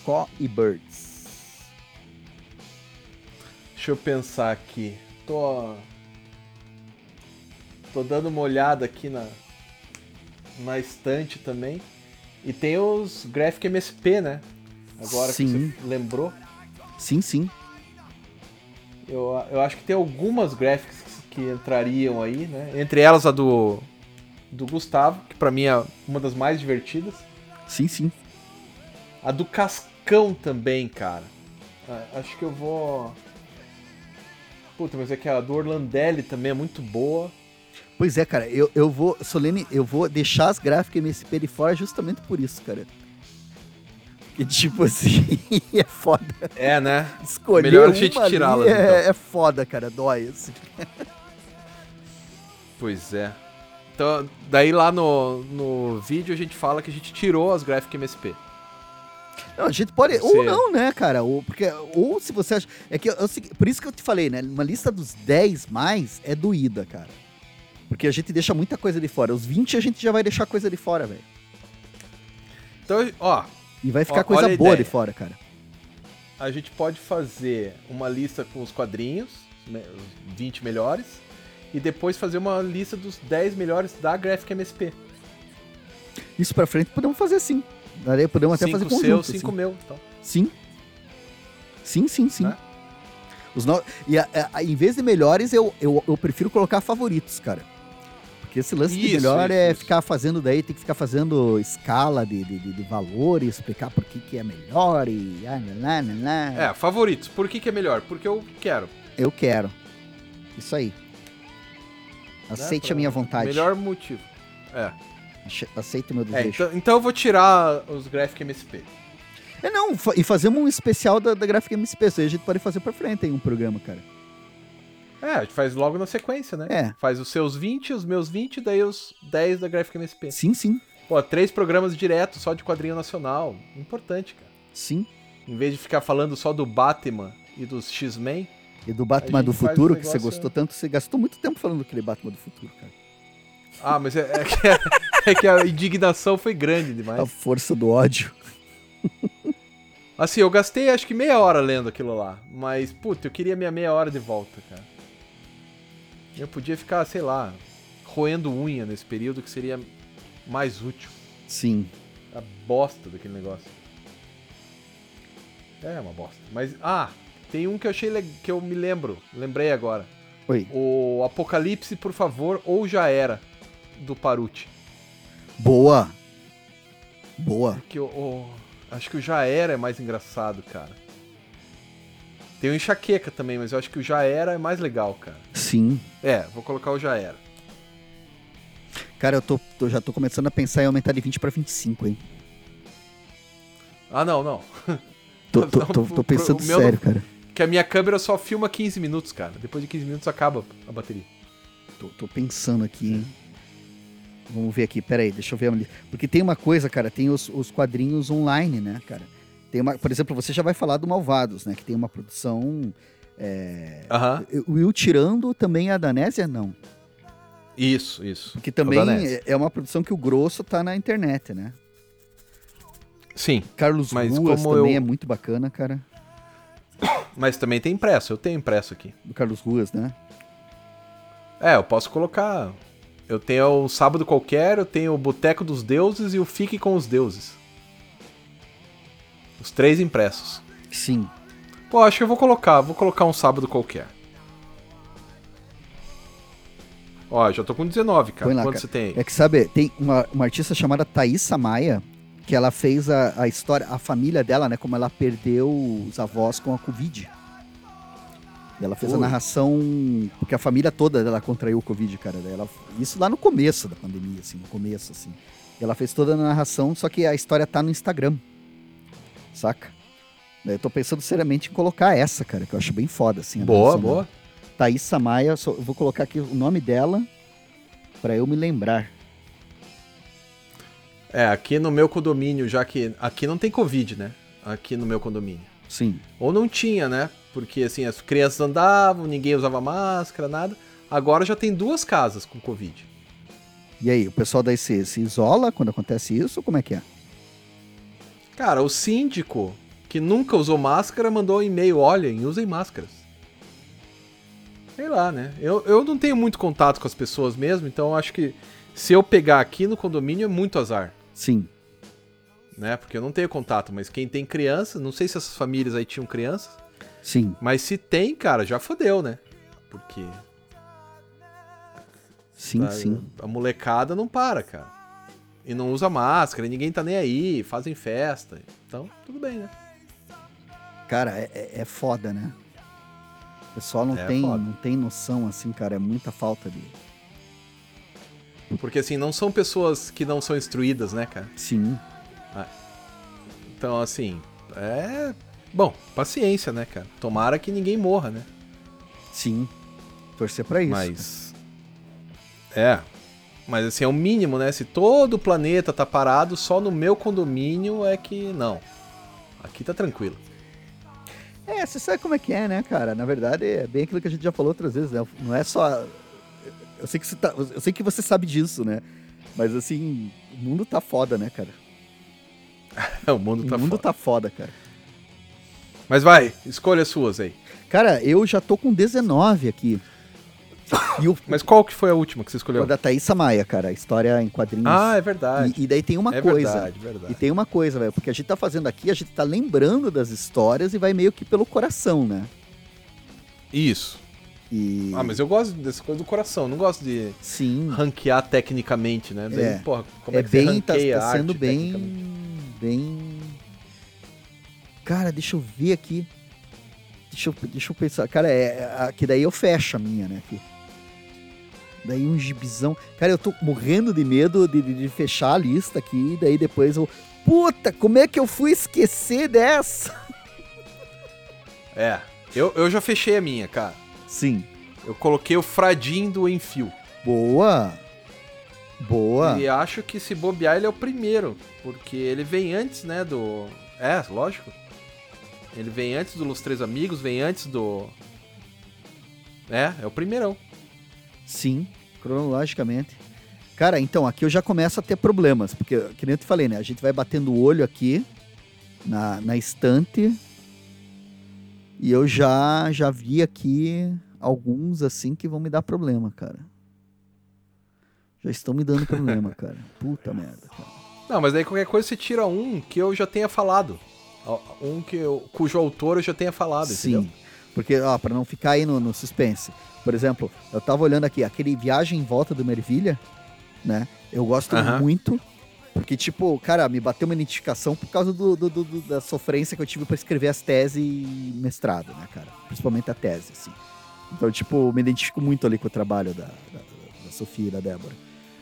B: Có e Birds.
A: Deixa eu pensar aqui. Tô. Tô dando uma olhada aqui na. Na estante também. E tem os Graphic MSP, né? Agora
B: Sim.
A: que você lembrou.
B: Sim, sim.
A: Eu, eu acho que tem algumas graphics que entrariam aí, né? Entre elas a do. Do Gustavo, que pra mim é uma das mais divertidas.
B: Sim, sim.
A: A A do Cascão também, cara. Ah, acho que eu vou. Puta, mas é que a do Orlandelli também é muito boa.
B: Pois é, cara, eu, eu vou. Solene, eu vou deixar as gráficas MSP de fora justamente por isso, cara. E tipo assim, é foda.
A: É, né?
B: Escolher
A: Melhor a gente
B: uma ali
A: tirá-las,
B: É,
A: então.
B: é foda, cara. Dói. assim.
A: Pois é. Então, daí lá no, no vídeo a gente fala que a gente tirou as Graphic MSP.
B: Não, a gente pode. Ou
A: Você-
B: não, né, cara? Ou, porque, ou se você acha. É que, é o segui- por isso que eu te falei, né? Uma lista dos 10 mais é doída, cara. Porque a gente deixa muita coisa de fora. Os 20 a gente já vai deixar coisa de fora, velho.
A: Então, ó,
B: E vai ficar
A: Ó,
B: coisa
A: olha a
B: boa
A: ideia.
B: de fora, cara.
A: a gente pode fazer uma lista com os quadrinhos, me- os 20 melhores, e depois fazer uma lista dos 10 melhores da Graphic MSP.
B: Isso pra frente podemos fazer sim. Daí Podemos até fazer
A: cinco
B: conjunto.
A: seus,
B: assim.
A: cinco meu. Então.
B: Sim. Sim, sim, sim.
A: Né?
B: Os no... E a- a- a- em vez de melhores, eu, eu, eu prefiro colocar favoritos, cara. Porque esse lance de
A: Isso,
B: melhor
A: isso,
B: é
A: isso.
B: ficar fazendo daí, tem que ficar fazendo escala de, de, de, de valor e explicar por que, que é melhor e. ah, lá, lá, lá, lá.
A: É, favoritos. Por que, que é melhor? Porque eu quero.
B: Eu quero. Isso aí. Aceite
A: Né, pra-
B: a minha vontade.
A: Melhor motivo. É.
B: Ache- Aceite o meu
A: É,
B: desejo.
A: então, então eu vou tirar os Graphic MSP. então-
B: É, não, fa- e fazemos um especial da, da gráfica MSP. Isso aí a gente pode fazer pra frente em um programa, cara.
A: É, a gente faz logo na sequência, né?
B: É.
A: Faz os seus 20, os meus 20, daí os 10 da Graphic MSP.
B: Sim, sim.
A: Pô, três programas direto só de quadrinho nacional. Importante, cara.
B: Sim.
A: Em vez de ficar falando só do Batman e dos X-Men.
B: E do
A: A
B: Batman
A: gente
B: do
A: faz
B: Futuro,
A: um
B: que você
A: negócio-
B: gostou tanto, você gastou muito tempo falando daquele Batman do Futuro, cara.
A: Ah, mas é, é que, é que a indignação foi grande
B: A
A: demais.
B: força do ódio.
A: Assim, eu gastei acho que meia hora lendo aquilo lá. Mas, puta, eu queria minha meia hora de volta, cara. Eu podia ficar, sei lá, roendo unha nesse período que seria mais útil.
B: Sim.
A: A bosta daquele negócio. É uma bosta. Mas, ah, tem um que eu achei le- que eu me lembro. Lembrei agora.
B: Oi.
A: O Apocalipse, por favor, ou já era, do Paruti.
B: Boa. Boa.
A: Que o, o- acho que o já era é mais engraçado, cara. Tem o enxaqueca também, mas eu acho que o já era é mais legal, cara.
B: Sim.
A: É, vou colocar o já era.
B: Cara, eu tô, tô- já tô começando a pensar em aumentar de 20 pra 25, hein?
A: Ah, não, não.
B: Tô, tô,
A: Não,
B: tô-
A: pro-
B: tô
A: pro-
B: pensando
A: Tá o meu
B: sério, cara.
A: Que a minha câmera só filma 15 minutos, cara. Depois de 15 minutos acaba a bateria.
B: Tô, tô pensando aqui, hein? Vamos ver aqui, peraí, deixa eu ver. onde- Porque tem uma coisa, cara, tem os, os quadrinhos online, né, cara? Tem uma, por exemplo, você já vai falar do Malvados, né? Que tem uma produção. é,
A: Aham.
B: O Will tirando também a Danésia? Não.
A: Isso, isso.
B: Porque também
A: Danese.
B: é uma produção que o grosso tá na internet, né?
A: Sim.
B: Carlos
A: Mas
B: Ruas
A: como
B: também
A: eu-
B: é muito bacana, cara.
A: Mas também tem impresso, eu tenho impresso aqui.
B: Do Carlos Ruas, né?
A: É, eu posso colocar. Eu tenho o Sábado Qualquer, eu tenho o Boteco dos Deuses e o Fique com os Deuses. Os três impressos.
B: Sim.
A: Pô, acho que eu vou colocar, vou colocar um Sábado Qualquer. Ó, já tô com 19, cara.
B: Põe lá,
A: Quanto
B: cara.
A: você tem aí?
B: É que, sabe, tem uma, uma artista chamada Thaís Maia, que ela fez a, a história, a família dela, né? Como ela perdeu os avós com a Covid. E ela fez a
A: Ui.
B: narração, porque a família toda dela contraiu o Covid, cara. Daí ela- isso lá no começo da pandemia, assim, no começo, assim. E ela fez toda a narração, só que a história tá no Instagram. Saca? Daí Eu tô pensando seriamente em colocar essa, cara, que eu acho bem foda, assim. a
A: Boa,
B: narração dela.
A: boa.
B: Thaís Samaia, só- eu vou colocar aqui o nome dela pra eu me lembrar.
A: É, aqui no meu condomínio, já que. Aqui não tem Covid, né? Aqui no meu condomínio.
B: Sim.
A: Ou não tinha, né? Porque assim, as crianças andavam, ninguém usava máscara, nada. Agora já tem duas casas com Covid.
B: E aí, o pessoal daí se, se isola quando acontece isso? Como é que é?
A: Cara, o síndico que nunca usou máscara mandou um e-mail: olhem, usem máscaras. Sei lá, né? Eu, eu não tenho muito contato com as pessoas mesmo, então eu acho que se eu pegar aqui no condomínio é muito azar,
B: Sim.
A: né? Porque eu não tenho contato, mas quem tem criança, não sei se essas famílias aí tinham crianças,
B: Sim.
A: mas se tem, cara, já fodeu, né? Porque
B: Sim,
A: tá,
B: sim.
A: a molecada não para, cara. E não usa máscara, e ninguém tá nem aí, fazem festa. Então, tudo bem, né?
B: Cara, é- é, é foda, né? O pessoal não,
A: É
B: tem,
A: foda.
B: não tem noção, assim, cara. É muita falta de.
A: Porque assim, não são pessoas que não são instruídas, né, cara?
B: Sim.
A: Então, assim, é. Bom, paciência, né, cara? Tomara que ninguém morra, né?
B: Sim. Torcer pra isso.
A: Mas. É. Mas assim, é o mínimo, né? Se todo o planeta tá parado, só no meu condomínio é que. Não. Aqui tá tranquilo.
B: É, você sabe como é que é, né, cara? Na verdade, é bem aquilo que a gente já falou outras vezes, né? Não é só. Eu sei que você, tá- eu sei que você sabe disso, né? Mas assim, o mundo tá foda, né, cara?
A: o mundo tá
B: o mundo
A: foda.
B: tá foda, cara.
A: Mas vai, escolha as suas aí.
B: Cara, eu já tô com 19 aqui. E o
A: Mas qual que foi a última que você
B: o
A: escolheu?
B: da Thaís Samaia, cara, história em quadrinhos.
A: Ah, é verdade.
B: e, e daí tem uma
A: é
B: coisa.
A: verdade,
B: E
A: verdade.
B: tem uma coisa, velho, porque a gente tá fazendo aqui, a gente tá lembrando das histórias e vai meio que pelo coração, né?
A: Isso.
B: E.
A: Ah, mas eu gosto dessa coisa do coração, não gosto de
B: Sim.
A: ranquear tecnicamente, né? Daí,
B: É.
A: porra, como
B: é
A: é, que você
B: bem, tá,
A: ranqueia
B: tá
A: a
B: sendo
A: arte
B: bem,
A: tecnicamente?
B: bem. Cara, deixa eu ver aqui. Deixa eu, deixa eu pensar. Cara, é, é a- que daí eu fecho a minha, né? Aqui. Daí um gibizão. Cara, eu tô morrendo de medo de, de- de fechar a lista aqui. E daí depois eu. Puta, como é que eu fui esquecer dessa?
A: É. Eu, eu já fechei a minha, cara.
B: Sim.
A: Eu coloquei o Fradinho do Enfio.
B: Boa. Boa.
A: E acho que se bobear, ele é o primeiro. Porque ele vem antes, né, do. É, lógico. Ele vem antes do Los Três Amigos, vem antes do. É, é o primeirão.
B: Sim, cronologicamente. Cara, então aqui eu já começo a ter problemas, porque, que nem eu te falei, né? A gente vai batendo o olho aqui na, na estante. E eu já, já vi aqui alguns assim que vão me dar problema, cara. Já estão me dando problema, cara. Puta merda. cara.
A: Não, mas daí qualquer coisa você tira um que eu já tenha falado. Ó, Um que eu, cujo autor eu já tenha falado, entendeu?
B: Sim. Porque, ó, pra não ficar aí no, no suspense. Por exemplo, eu tava olhando aqui, aquele Viagem em Volta do Mervilha, né? Eu gosto
A: Aham.
B: muito. Porque, tipo, cara, me bateu uma identificação por causa do, do- do- do- da sofrência que eu tive pra escrever as teses e mestrado, né, cara? Principalmente a tese, assim. Então, tipo, me identifico muito ali com o trabalho da, da, da Sofia e da Débora.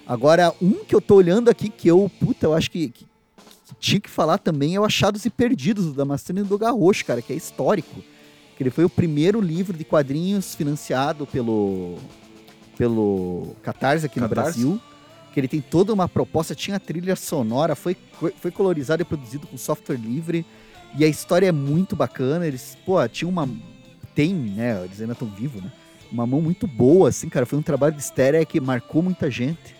B: Agora, um que eu tô olhando aqui que eu, puta, eu acho que, que- que tinha que falar também é o Achados e Perdidos, do Damasceno e do Garrocho, cara, que é histórico. Que ele foi o primeiro livro de quadrinhos financiado pelo, pelo Catarse aqui no
A: Catarse?
B: Brasil. Que ele tem toda uma proposta, tinha trilha sonora, foi, foi colorizado e produzido com software livre. E a história é muito bacana. Eles, pô, tinha uma. Tem, né? Eles ainda estão vivos, né? Uma mão muito boa, assim, cara. Foi um trabalho de estéreo que marcou muita gente.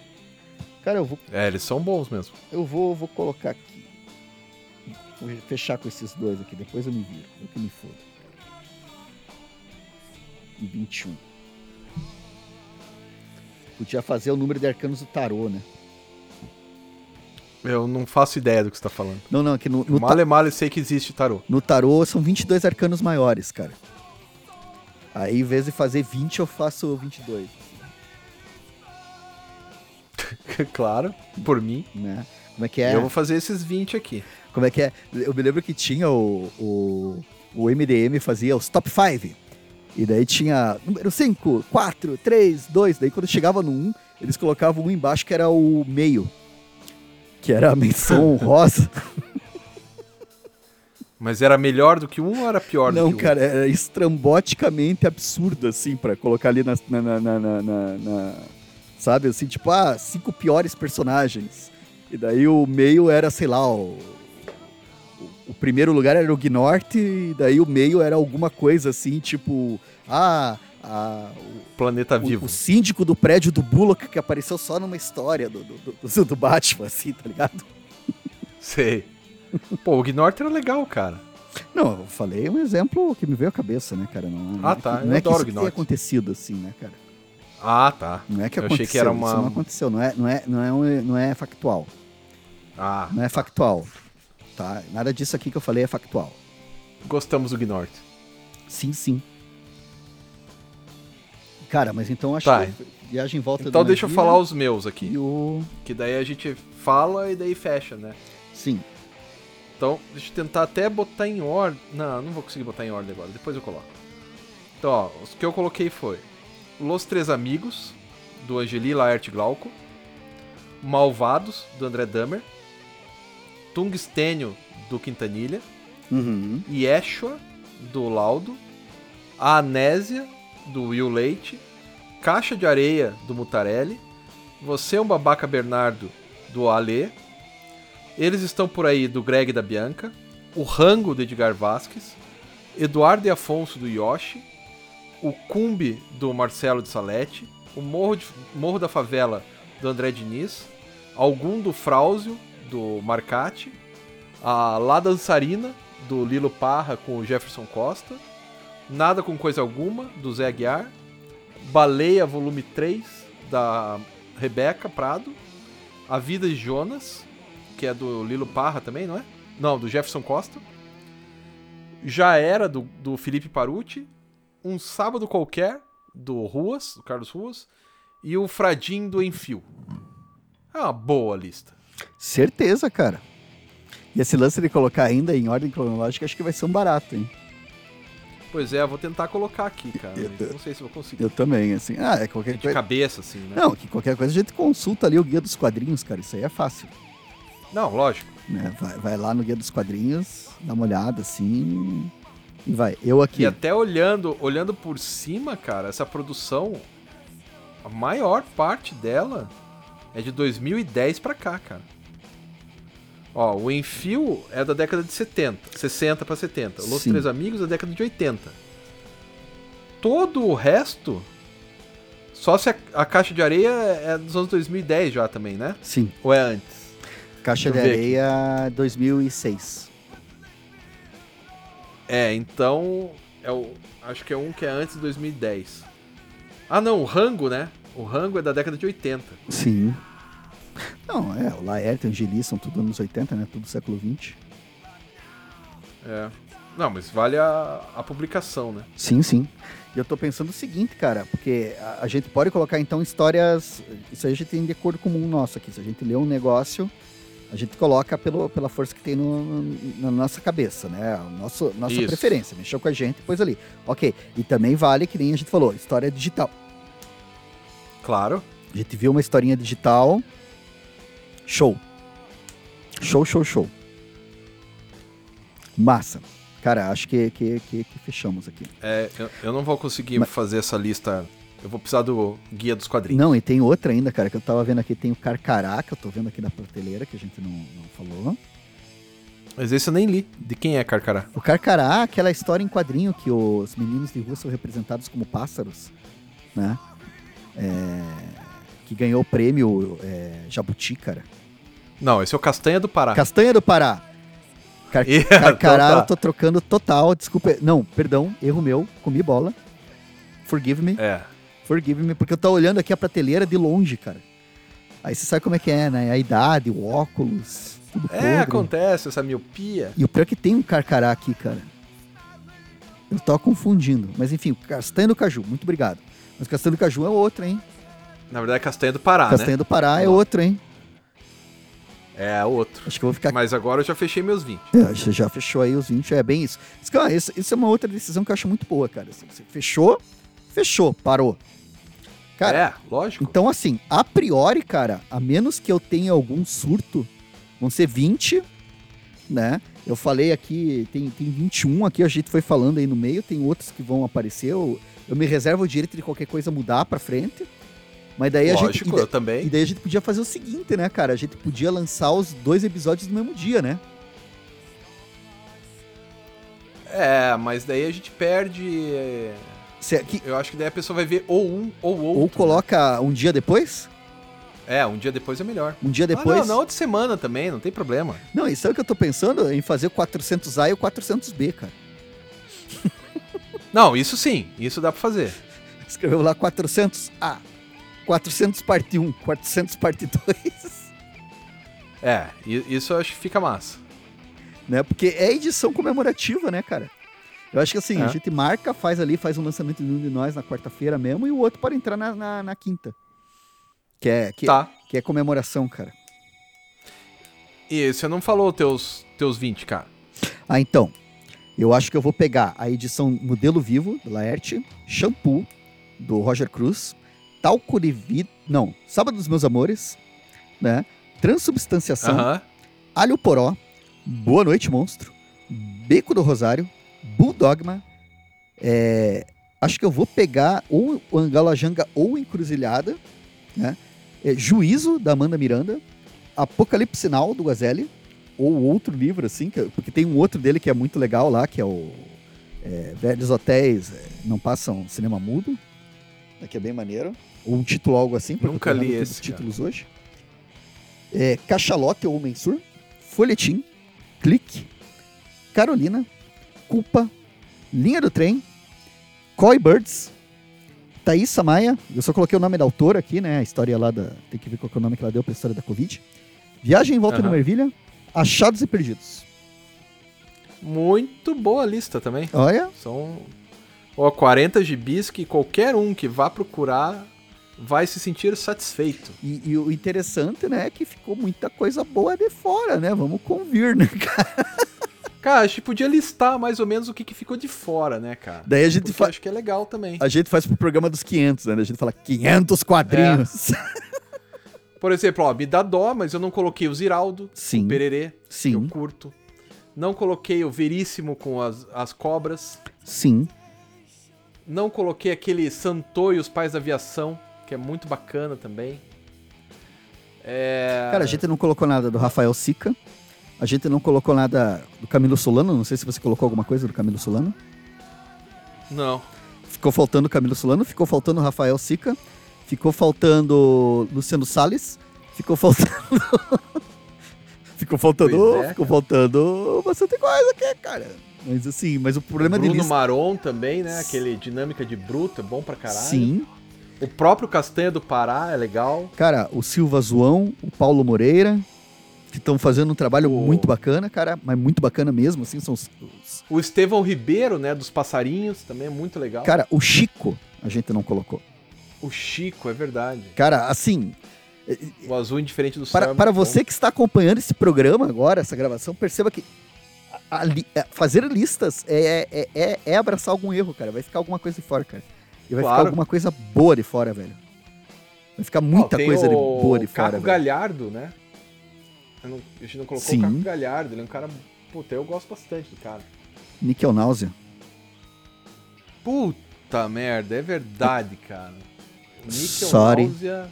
B: Cara, eu vou
A: É, eles são bons mesmo.
B: eu vou, vou colocar aqui. Vou fechar com esses dois aqui, depois eu me viro. Eu que me foda. E 21. Podia fazer o número de arcanos do tarô, né?
A: Eu não faço ideia do que você tá falando.
B: Não, não, aqui no, no, ta-
A: Male male sei que existe tarô.
B: no tarô são 22 arcanos maiores, cara. Aí, em vez de fazer 20, eu faço 22,
A: claro, por mim.
B: né? Como é que é?
A: Eu vou fazer esses 20 aqui.
B: Como é que é? Eu me lembro que tinha o, o, o MDM fazia os top 5. E daí tinha número 5, 4, 3, 2. Daí quando chegava no 1, eles colocavam um embaixo que era o meio. Que era a menção honrosa.
A: Mas era melhor do que um ou era pior do
B: Não,
A: que um?
B: cara, era estramboticamente absurdo, assim, pra colocar ali na. na- na- na- na- na- na- sabe, assim, tipo, ah, cinco piores personagens. E daí o meio era, sei lá, o. o- O primeiro lugar era o Gnorte, e daí o meio era alguma coisa assim, tipo, ah, a-
A: Planeta
B: o,
A: Tá Vivo.
B: o síndico do prédio do Bullock que apareceu só numa história do, do, do, do Batman, assim, tá ligado?
A: Sei. Pô, o Gnorter era legal, cara.
B: Não, eu falei um exemplo que me veio à cabeça, né, cara? Não, não
A: Ah,
B: é que-
A: tá,
B: Não
A: eu
B: é que
A: adoro
B: isso que tenha
A: Gnorte.
B: acontecido assim, né, cara?
A: Ah, tá.
B: Não é que
A: Eu
B: aconteceu,
A: achei que era uma-
B: isso não aconteceu, não é, não é, não é, um- não é factual,
A: Ah,
B: não é factual, tá? Nada disso aqui que eu falei é factual.
A: gostamos do Gnort.
B: Sim, sim. Cara, mas então acho
A: Tá.
B: que viagem em volta
A: Então
B: do
A: deixa eu
B: Mangueira
A: falar os meus aqui.
B: e o
A: Que daí a gente fala e daí fecha, né?
B: sim.
A: Então, deixa eu tentar até botar em ordem. Não, não vou conseguir botar em ordem agora, depois eu coloco. Então, ó, os que eu coloquei foi Los Três Amigos, do Angeli Laerte Glauco, Malvados, do André Dahmer, Tungstênio, do Quintanilha,
B: Uhum.
A: Yeshua, do Laudo, A Anésia, do Will Leite, Caixa de Areia, do Mutarelli, Você é um Babaca Bernardo, do Alê, Eles Estão Por Aí, do Greg e da Bianca, O Rango, do Edgar Vasquez, Eduardo e Afonso, do Yoshi, O Cumbi, do Marcelo de Salete, O Morro, de- Morro da Favela, do André Diniz, Algum do Frauzio, do Marcati, a La Dançarina, do Lilo Parra com o Jefferson Costa. Nada com Coisa Alguma, do Zé Aguiar. Baleia, volume 3, da Rebeca Prado. A Vida de Jonas, que é do Lilo Parra também, não é? Não, do Jefferson Costa. Já Era, do, do Felipe Paruti. Um Sábado Qualquer, do Ruas, do Carlos Ruas. E o Fradim, do Enfio. É uma boa lista.
B: Certeza, cara. E esse lance de colocar ainda em ordem cronológica, acho que vai ser um barato, hein?
A: Pois é, eu vou tentar colocar aqui, cara. mas Não sei se eu vou conseguir.
B: Eu também, assim. Ah, é qualquer
A: De
B: coisa.
A: cabeça, assim, né?
B: Não, que qualquer coisa a gente consulta ali o Guia dos Quadrinhos, cara. Isso aí é fácil.
A: Não, lógico.
B: né? Vai, vai lá no Guia dos Quadrinhos, dá uma olhada assim. E vai. Eu aqui.
A: E até olhando, olhando por cima, cara, essa produção, a maior parte dela é de 2010 pra cá, cara. Ó, o Enfio é da década de 70, 60 pra 70. Os
B: Sim.
A: Três Amigos é da década de 80. Todo o resto, só se a, a Caixa de Areia é dos anos 2010 já também, né?
B: Sim,
A: Ou é antes?
B: Caixa de
A: Deixa eu ver
B: Areia 2006.
A: É, então. É o, acho que é um que é antes de 2010. Ah, não, o Rango, né? O Rango é da década de 80.
B: Sim. Não, é, o Laerte, o Angeli são tudo anos 80, né? Tudo século 20.
A: É. Não, mas vale a, a publicação, né?
B: Sim, sim. E eu tô pensando o seguinte, cara, porque a, a gente pode colocar então histórias. Isso aí a gente tem de acordo comum nosso aqui. Se a gente lê um negócio, a gente coloca pelo, pela força que tem no- na nossa cabeça, né? O nosso, nossa
A: Isso.
B: preferência. Mexeu com a gente, pôs ali. Ok. E também vale, que nem a gente falou, história digital.
A: Claro.
B: A gente viu uma historinha digital. Show. Show, show, show. Massa. Cara, acho que, que, que, que fechamos aqui.
A: É, eu, eu não vou conseguir
B: Mas-
A: fazer essa lista. Eu vou precisar do guia dos quadrinhos.
B: Não, e tem outra ainda, cara, que eu tava vendo aqui. Tem o Carcará, que eu tô vendo aqui na prateleira, que a gente não, não falou.
A: Mas esse eu nem li. De quem é Carcará?
B: O Carcará, aquela história em quadrinho que os meninos de rua são representados como pássaros, né? É, que ganhou o prêmio é, Jabuti, cara.
A: Não, esse é o Castanha do Pará.
B: Castanha do Pará. Car
A: Ih,
B: Carcará,
A: então tá.
B: eu tô trocando total. Desculpa. Não, perdão, erro meu. Comi bola. Forgive me.
A: É.
B: Forgive me, porque eu tô olhando aqui a prateleira de longe, cara. Aí você sabe como é que é, né? A idade, o óculos, tudo
A: É,
B: podre.
A: acontece essa miopia.
B: E o pior é que tem um carcará aqui, cara. Eu tava confundindo. Mas enfim, o Castanho do Caju, muito obrigado. Mas o Castanho do Caju é outro, hein?
A: Na verdade, é Castanha do Pará,
B: Castanho do Pará é outro, hein?
A: né? É outro.
B: Acho que eu vou ficar
A: Mas agora eu já fechei meus 20.
B: É, você já fechou aí os 20, é bem isso. Mas, cara, isso, isso é uma outra decisão que eu acho muito boa, cara. Assim, você fechou, fechou, parou. Cara,
A: é, lógico.
B: então assim, a priori, cara, a menos que eu tenha algum surto, vão ser 20, né? Eu falei aqui, tem, tem 21 aqui, a gente foi falando aí no meio, tem outros que vão aparecer. Eu, eu me reservo o direito de qualquer coisa mudar pra frente. Mas daí a gente.
A: lógico,
B: e da-
A: eu também.
B: e daí a gente podia fazer o seguinte, né, cara? A gente podia lançar os dois episódios no mesmo dia, né?
A: É, mas daí a gente perde. é,
B: Se, que,
A: Eu acho que daí a pessoa vai ver ou um ou outro.
B: Ou coloca um dia depois?
A: É, um dia depois é melhor.
B: Um dia
A: Ah,
B: depois?
A: não, na outra semana também, não tem problema.
B: Não, e sabe o que eu tô pensando? Em fazer o 400A e o 400B, cara.
A: Não, isso sim, isso dá pra fazer.
B: Escreveu lá 400A, 400 parte 1, 400 parte 2,
A: É, i- isso eu acho que fica massa.
B: né? Porque é edição comemorativa, né, cara? Eu acho que assim, a
A: É.
B: gente marca, faz ali, faz um lançamento de um de nós na quarta-feira mesmo e o outro para entrar na, na, na quinta. Que é, que,
A: Tá.
B: que é comemoração, cara.
A: E você não falou teus teus 20, cara?
B: Ah, então. Eu acho que eu vou pegar a edição Modelo Vivo, da Laerte, Shampoo, do Roger Cruz, Talco de Vida. Não, Sábado dos Meus Amores, né? Transubstanciação,
A: Aham.
B: Alho Poró, Boa Noite Monstro, Beco do Rosário, Bulldogma. é, acho que eu vou pegar ou o Angala Janga ou Encruzilhada, né? É, Juízo, da Amanda Miranda, Apocalipse Sinal, do Gazelli, ou outro livro, assim, que- porque tem um outro dele que é muito legal lá, que é o é, Velhos Hotéis é, Não Passam Cinema Mudo, né, que é bem maneiro, ou um título algo assim. porque eu tô
A: Nunca li
B: olhando todos
A: esse,
B: os títulos hoje. É, Cachalote ou Mensur, Folhetim, Clique, Carolina, Culpa, Linha do Trem, Coy Birds, Thaís Samaia, eu só coloquei o nome da autora aqui, né? A história lá da. Tem que ver qual que é o nome que ela deu pra história da Covid. Viagem em Volta de
A: Aham.
B: Mervilha, Achados e Perdidos.
A: Muito boa a lista também.
B: Olha,
A: São ó, 40 gibis que qualquer um que vá procurar vai se sentir satisfeito.
B: e, e o interessante, né, é que ficou muita coisa boa de fora, né? Vamos convir, né? cara?
A: Cara, a gente podia listar mais ou menos o que, que ficou de fora, né, cara?
B: Daí a gente,
A: Porque
B: fa-
A: acho que é legal também.
B: a gente faz pro programa dos 500, né? A gente fala 500 quadrinhos.
A: É. Por exemplo, ó, me dá dó, mas eu não coloquei o Ziraldo, o
B: Sim,
A: Pererê, que eu
B: sim,
A: curto. Não coloquei o Veríssimo com as, as cobras.
B: sim.
A: Não coloquei aquele Santô e os Pais da Aviação, que é muito bacana também.
B: Cara, a gente não colocou nada do Rafael Sica. A gente não colocou nada do Camilo Solano. Não sei se você colocou alguma coisa do Camilo Solano.
A: Não.
B: Ficou faltando o Camilo Solano, ficou faltando o Rafael Sica, ficou faltando o Luciano Salles, ficou faltando. ficou faltando.
A: Pois é,
B: ficou faltando bastante coisa aqui, cara. Mas assim, mas o problema
A: Bruno
B: de lista.
A: Maron também, né? Aquele dinâmica de bruto, é bom pra caralho.
B: Sim.
A: O próprio Castanha do Pará é legal.
B: Cara, o Silva Zoão, o Paulo Moreira, que estão fazendo um trabalho
A: O-
B: muito bacana, cara, mas muito bacana mesmo, assim, são os- os
A: O Estevão Ribeiro, né? Dos Passarinhos, também é muito legal.
B: Cara, o Chico a gente não colocou.
A: O Chico, é verdade.
B: Cara, assim,
A: O Azul Indiferente do Céu. é
B: para,
A: muito
B: para
A: bom.
B: você que está acompanhando esse programa agora, essa gravação, perceba que a- a li- é, fazer listas é, é, é, é abraçar algum erro, cara. Vai ficar alguma coisa de fora, cara. E vai
A: Claro.
B: ficar alguma coisa boa de fora, velho. Vai ficar muita
A: Ó, tem
B: coisa de
A: o
B: boa de fora,
A: Caco
B: velho.
A: Galhardo, né? Eu não- a gente não colocou
B: Sim.
A: o Caco Galhardo. Ele é um cara. Puta, eu gosto bastante do cara.
B: Nickel Náusea.
A: Puta merda, é verdade, cara. O Nickel
B: Sorry.
A: Náusea-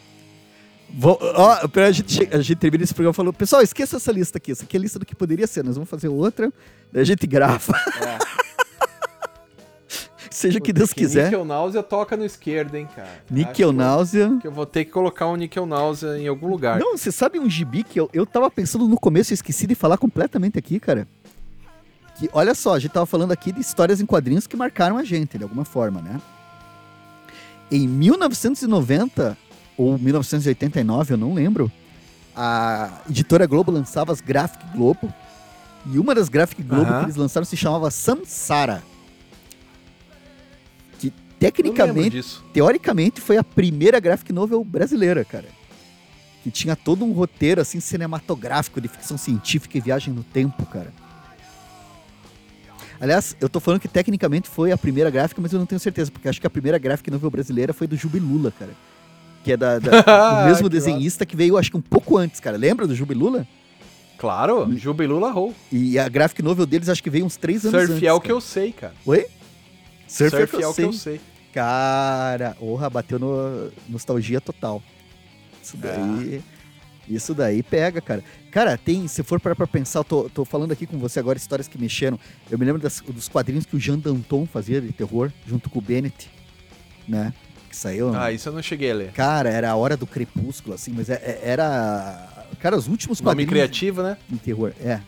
B: Vou, ó, pra gente, che- a gente termina esse programa falando, pessoal, esqueça essa lista aqui. Essa aqui é a lista do que poderia ser. Nós vamos fazer outra, daí a gente grava,
A: É.
B: seja o que
A: Puta,
B: Deus quiser.
A: Nickel Náusea toca no esquerdo, hein, cara.
B: Nickel
A: Acho
B: Náusea.
A: Que eu vou ter que colocar um Nickel Náusea em algum lugar.
B: Não, você sabe um gibi que eu, eu tava pensando no começo e esqueci de falar completamente aqui, cara? Que, olha só, a gente tava falando aqui de histórias em quadrinhos que marcaram a gente, de alguma forma, né? Em 1990, ou 1989, eu não lembro, a editora Globo lançava as Graphic Globo. E uma das Graphic Globo
A: Aham.
B: que eles lançaram se chamava Samsara. Que
A: Eu lembro
B: tecnicamente
A: disso.
B: teoricamente foi a primeira graphic novel brasileira, cara. Que tinha todo um roteiro assim cinematográfico de ficção científica e viagem no tempo, cara. Aliás, eu tô falando que tecnicamente foi a primeira gráfica, mas eu não tenho certeza, porque acho que a primeira graphic novel brasileira foi do Jubilula, cara. Que é da, da- do mesmo
A: Ah, Que
B: desenhista que veio, acho que um pouco antes, cara. Lembra do Jubilula?
A: Claro, Jubilula Roll.
B: E a graphic novel deles acho que veio uns três anos antes.
A: Surf é o que
B: cara.
A: eu sei, cara.
B: Oi? Surf, é o que eu
A: o que eu
B: sei.
A: sei.
B: Cara, orra, bateu no nostalgia total.
A: É.
B: Isso daí. Isso daí pega, cara. Cara, tem, se for parar pra pensar, eu tô, tô falando aqui com você agora histórias que mexeram. Eu me lembro das- dos quadrinhos que o Jean Danton fazia de terror, junto com o Bennett, né? Que saiu.
A: Ah, isso eu não cheguei a ler.
B: Cara, era a hora do crepúsculo, assim, mas é- é- era. Cara, os últimos
A: Nome
B: quadrinhos
A: criativo, né?
B: em terror. É.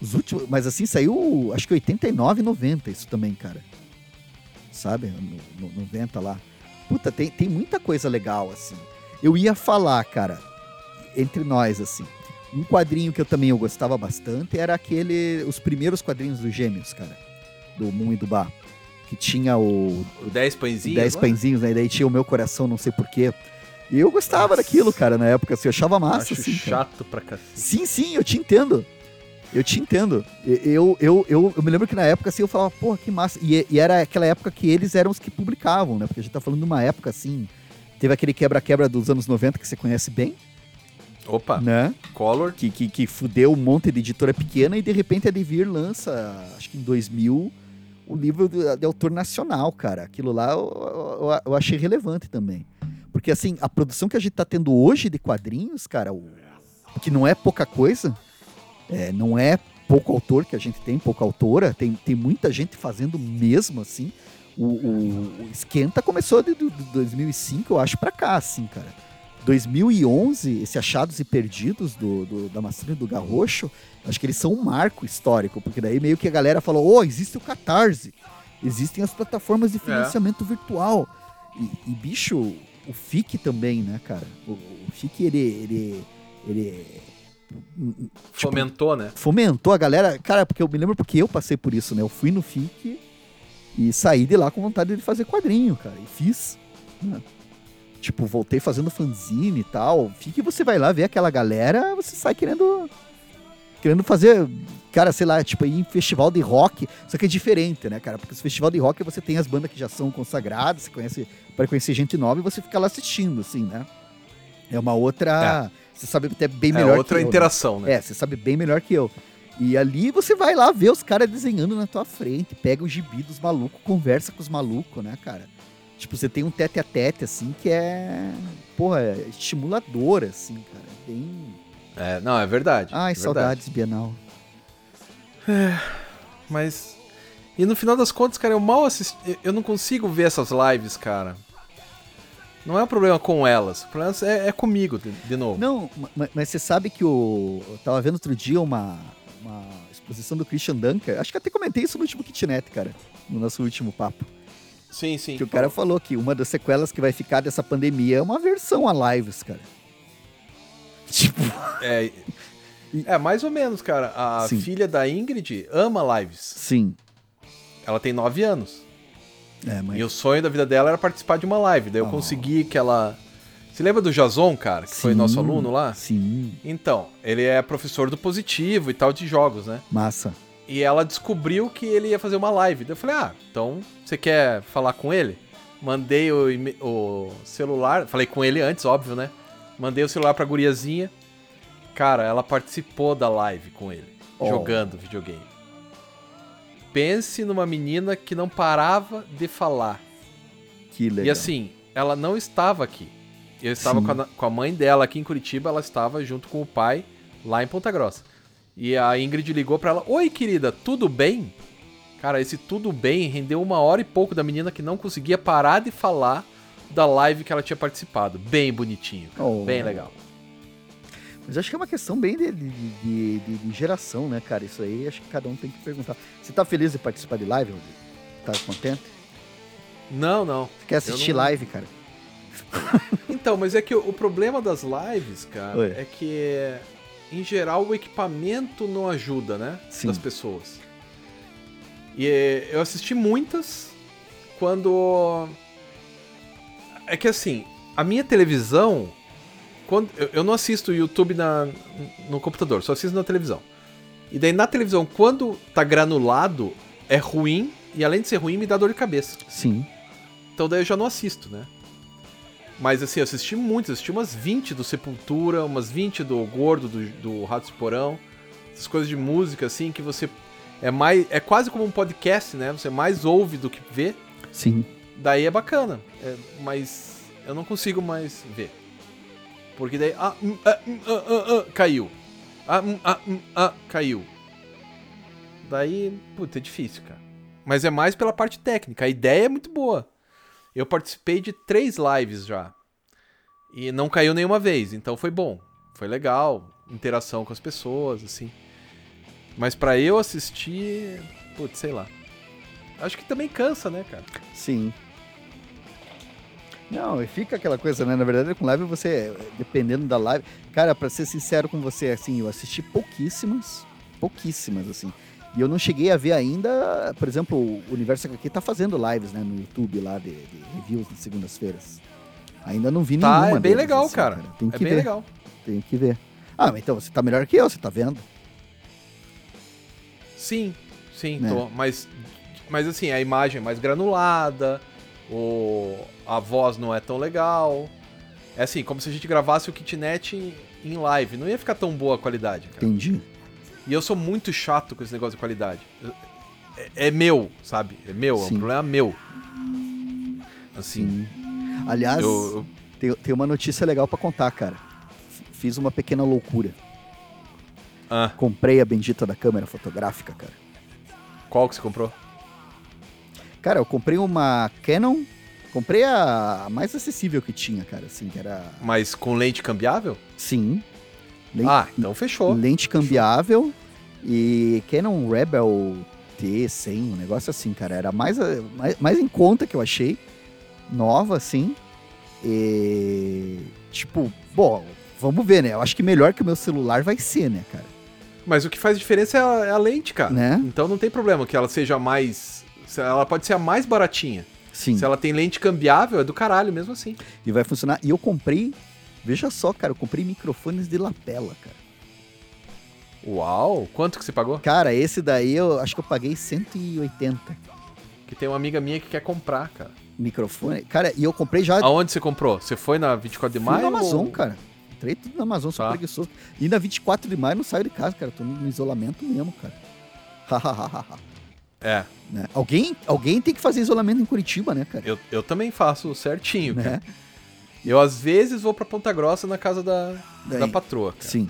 B: Os últimos. Mas assim, saiu acho que 89, 90, isso também, cara. Sabe? No, no- 90 lá. Puta, tem, tem muita coisa legal, assim. Eu ia falar, cara, entre nós, assim. Um quadrinho que eu também eu gostava bastante era aquele. Os primeiros quadrinhos dos gêmeos, cara. Do Moon e do Bar. Que tinha o
A: O 10 pãezinhos.
B: 10
A: lá.
B: pãezinhos, né? E daí tinha o meu coração, não sei porquê. E eu gostava
A: Nossa.
B: daquilo, cara, na época, assim, eu achava massa,
A: Acho
B: assim. cara.
A: chato pra cacete.
B: Sim, sim, eu te entendo. Eu te entendo. Eu, eu, eu, eu me lembro que na época assim eu falava, porra, que massa. E, e era aquela época que eles eram os que publicavam, né? Porque a gente tá falando de uma época assim. Teve aquele quebra-quebra dos anos 90 que você conhece bem,
A: Opa,
B: né?
A: Color.
B: Que, que, que fudeu um monte de editora pequena e de repente a Devir lança, acho que em 2000, o livro do- de autor nacional, cara. Aquilo lá eu, eu- eu achei relevante também. Porque assim, a produção que a gente tá tendo hoje de quadrinhos, cara, o- que não é pouca coisa, é, não é pouco autor que a gente tem, pouca autora, tem, tem muita gente fazendo mesmo assim. O, o- o Esquenta começou de, de- de 2005, eu acho, pra cá, assim, cara. 2011, esse Achados e Perdidos do, do, da Mastrina e do Garrocho, acho que eles são um marco histórico, porque daí meio que a galera falou: ô, existe o Catarse, existem as plataformas de financiamento virtual. E, e, bicho, o FIC também, né, cara? O, o FIC, ele- ele, ele Tipo-
A: Fomentou, né?
B: fomentou a galera. Cara, porque eu me lembro porque eu passei por isso, né? Eu fui no FIC e saí de lá com vontade de fazer quadrinho, cara. E fiz. né? Tipo, voltei fazendo fanzine e tal. FIC você vai lá ver aquela galera, você sai querendo. Querendo fazer, cara, sei lá, tipo, ir em festival de rock. Só que é diferente, né, cara? Porque no festival de rock você tem as bandas que já são consagradas, você conhece, para conhecer gente nova e você fica lá assistindo, assim, né? É uma outra. Você sabe até bem
A: É
B: melhor
A: outra
B: que eu, né?
A: interação, né?
B: É, você sabe bem melhor que eu. E ali você vai lá ver os caras desenhando na tua frente, pega o gibi dos malucos, conversa com os malucos, né, cara? Tipo, você tem um tete a tete, assim, que é. Porra, é estimulador, assim, cara. Bem.
A: É, não, é verdade.
B: Ai,
A: é verdade.
B: saudades, Bienal.
A: Mas. E no final das contas, cara, eu mal assisti. eu- Eu não consigo ver essas lives, cara. Não é um problema com elas. O problema é, é comigo, de, de novo.
B: Não, ma- ma- mas você sabe que o. Eu tava vendo outro dia uma, uma exposição do Christian Dunker. Acho que até comentei isso no último kitnet, cara. No nosso último papo.
A: Sim, sim.
B: Que o cara falou que uma das sequelas que vai ficar dessa pandemia é uma versão a lives, cara. Tipo.
A: É, é, mais ou menos, cara. A
B: Sim.
A: filha da Ingrid ama lives.
B: Sim.
A: Ela tem 9 anos.
B: É, mas.
A: E o sonho da vida dela era participar de uma live. Daí eu
B: Oh.
A: consegui que ela. Você lembra do Jason, cara? Que foi
B: Sim.
A: nosso aluno lá?
B: Sim,
A: Então, ele é professor do positivo e tal de jogos, né?
B: massa.
A: E ela descobriu que ele ia fazer uma live. Daí eu falei, ah, então você quer falar com ele? Mandei o, ime- o celular, falei com ele antes, óbvio, né? Mandei o celular pra guriazinha. Cara, ela participou da live com ele,
B: Oh.
A: jogando videogame. Pense numa menina que não parava de falar.
B: Que legal.
A: E assim, ela não estava aqui. Eu estava
B: Sim.
A: com a, na- com a mãe dela aqui em Curitiba, ela estava junto com o pai lá em Ponta Grossa. E a Ingrid ligou pra ela: Oi, querida, tudo bem? Cara, esse tudo bem rendeu uma hora e pouco da menina que não conseguia parar de falar da live que ela tinha participado. Bem bonitinho, cara.
B: Oh.
A: bem legal.
B: Mas acho que é uma questão bem de, de, de- de- de geração, né, cara? Isso aí acho que cada um tem que perguntar. Você tá feliz de participar de live, Rodrigo? Tá contente?
A: Não, não.
B: Você quer assistir
A: não-
B: live, cara?
A: Então, mas é que o, o problema das lives, cara,
B: Oi.
A: é que em geral o equipamento não ajuda, né?
B: Sim.
A: Das pessoas. E é, eu assisti muitas quando. É que assim, a minha televisão. Quando, eu, eu não assisto YouTube na, no computador, só assisto na televisão. E daí na televisão, quando tá granulado, é ruim, e além de ser ruim, me dá dor de cabeça.
B: Sim.
A: Então daí eu já não assisto, né? Mas assim, eu assisti muitos, assisti umas 20 do Sepultura, umas 20 do Gordo, do, do Ratos de Porão. Essas coisas de música, assim, que você. É mais. É quase como um podcast, né? Você mais ouve do que vê.
B: Sim.
A: Daí é bacana. é- mas eu não consigo mais ver. Porque daí. Ah, hum, ah, hum, ah, ah, ah, caiu. Ah, hum, ah, hum, ah, caiu. Daí, puta, é difícil, cara. Mas é mais pela parte técnica. A ideia é muito boa. Eu participei de três lives já. E não caiu nenhuma vez, então foi bom. Foi legal. Interação com as pessoas, assim. Mas pra eu assistir. Putz, sei lá. Acho que também cansa, né, cara?
B: Sim. Não, e fica aquela coisa, né? Na verdade, com live você, dependendo da live. Cara, pra ser sincero com você, assim, eu assisti pouquíssimas, pouquíssimas, assim. E eu não cheguei a ver ainda, por exemplo, o Universo HQ tá fazendo lives, né, no YouTube lá de, de reviews nas segundas-feiras. Ainda não vi
A: Tá,
B: nenhuma.
A: é bem
B: deles,
A: legal,
B: assim,
A: cara.
B: Tem
A: É
B: que
A: bem
B: ver,
A: legal.
B: tem que ver. Ah, mas então você tá melhor que eu, você tá vendo?
A: Sim, sim,
B: Né?
A: tô, mas, mas assim, a imagem é mais granulada, o, a voz não é tão legal. É assim, como se a gente gravasse o kitnet em, em live. Não ia ficar tão boa a qualidade, cara.
B: Entendi.
A: E eu sou muito chato com esse negócio de qualidade. Eu- É, é meu, sabe? É meu, é um
B: Sim.
A: problema meu. Assim,
B: Sim. Aliás,
A: eu, eu-
B: tem, tem uma notícia legal pra contar, cara. F- Fiz uma pequena loucura.
A: Ah,
B: Comprei a bendita da câmera fotográfica, cara.
A: qual que você comprou?
B: Cara, eu comprei uma Canon. Comprei a a mais acessível que tinha, cara, assim, que era.
A: Mas com lente cambiável?
B: Sim. Lente, Hum.
A: Ah, então fechou.
B: lente cambiável e Canon Rebel T100, um negócio assim, cara. Era mais, a- mais, mais em conta que eu achei. Nova, assim. E. Tipo, bom, vamos ver, né? Eu acho que melhor que o meu celular vai ser, né, cara?
A: Mas o que faz diferença é a, é a lente, cara.
B: Né?
A: Então não tem problema que ela seja mais. se Ela pode ser a mais baratinha.
B: Sim.
A: Se ela tem lente cambiável, é do caralho mesmo assim.
B: E vai funcionar. E eu comprei. Veja só, cara, eu comprei microfones de lapela, cara.
A: Uau! Quanto que você pagou?
B: Cara, esse daí eu acho que eu paguei 180
A: Que tem uma amiga minha que quer comprar, cara.
B: microfone. Cara, e eu comprei já
A: Aonde você comprou? Você foi na 24 de
B: fui
A: maio?
B: no Amazon,
A: ou-
B: cara. Entrei tudo no Amazon, sou
A: Tá.
B: preguiçoso. E na 24 de maio eu não saio de casa, cara. Tô no isolamento mesmo, cara. Hahaha.
A: É,
B: né? alguém, alguém tem que fazer isolamento em Curitiba, né, cara?
A: eu, eu também faço certinho.
B: Né?
A: cara. Eu às vezes vou pra Ponta Grossa na casa da,
B: Daí-
A: da patroa. cara.
B: Sim,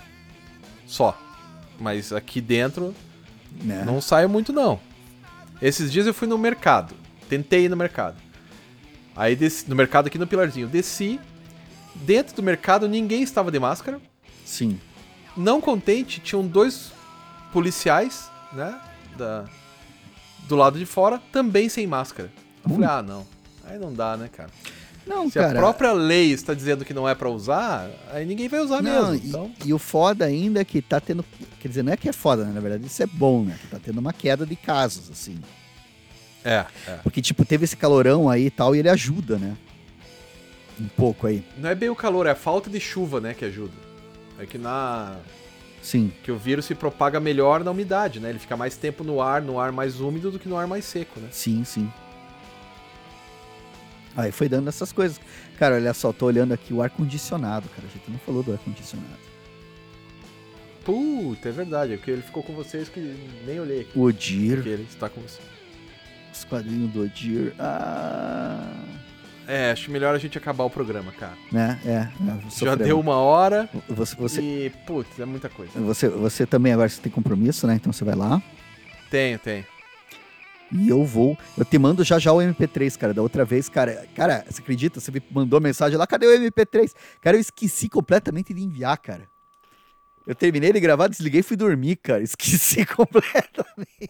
A: Só. Mas aqui dentro
B: né?
A: Não saio muito, não. Esses dias eu fui no mercado. Tentei ir no mercado. Aí desci, no mercado aqui no Pilarzinho. Desci. Dentro do mercado ninguém estava de máscara.
B: Sim.
A: Não contente, tinham dois policiais, né? Da, do lado de fora, também sem máscara. Eu falei, ah, não. Aí não dá, né, cara?
B: Não,
A: Se
B: cara.
A: a própria lei está dizendo que não é pra usar, aí ninguém vai usar
B: Não,
A: mesmo.
B: e,
A: Então,
B: e o foda ainda é que tá tendo. Quer dizer, não é que é foda, né? Na verdade, isso é bom, né? Que tá tendo uma queda de casos, assim.
A: é, é.
B: Porque, tipo, teve esse calorão aí e tal, e ele ajuda, né? Um pouco aí.
A: Não é bem o calor, é a falta de chuva, né, que ajuda. É que na
B: Sim,
A: que o vírus se propaga melhor na umidade, né? Ele fica mais tempo no ar, no ar mais úmido do que no ar mais seco, né?
B: sim, sim. Aí foi dando essas coisas. Cara, olha só, tô olhando aqui o ar-condicionado, cara. A gente não falou do ar-condicionado.
A: Puta, é verdade, é porque ele ficou com vocês que nem olhei aqui.
B: O Odir,
A: Porque ele está com você.
B: os quadrinhos do Odir. Ah.
A: É, acho melhor a gente acabar o programa, cara.
B: Né? É. é
A: Já
B: sofreu.
A: deu um uma hora
B: Você, você,
A: e, putz, é muita coisa.
B: você, você também agora você tem compromisso, né? Então você vai lá.
A: Tenho, tenho.
B: E eu vou. Eu te mando já já o MP3, cara. Da outra vez, cara. Cara, você acredita? Você me mandou mensagem lá. Cadê o MP3? Cara, eu esqueci completamente de enviar, cara. Eu terminei de gravar, desliguei e fui dormir, cara. Esqueci completamente.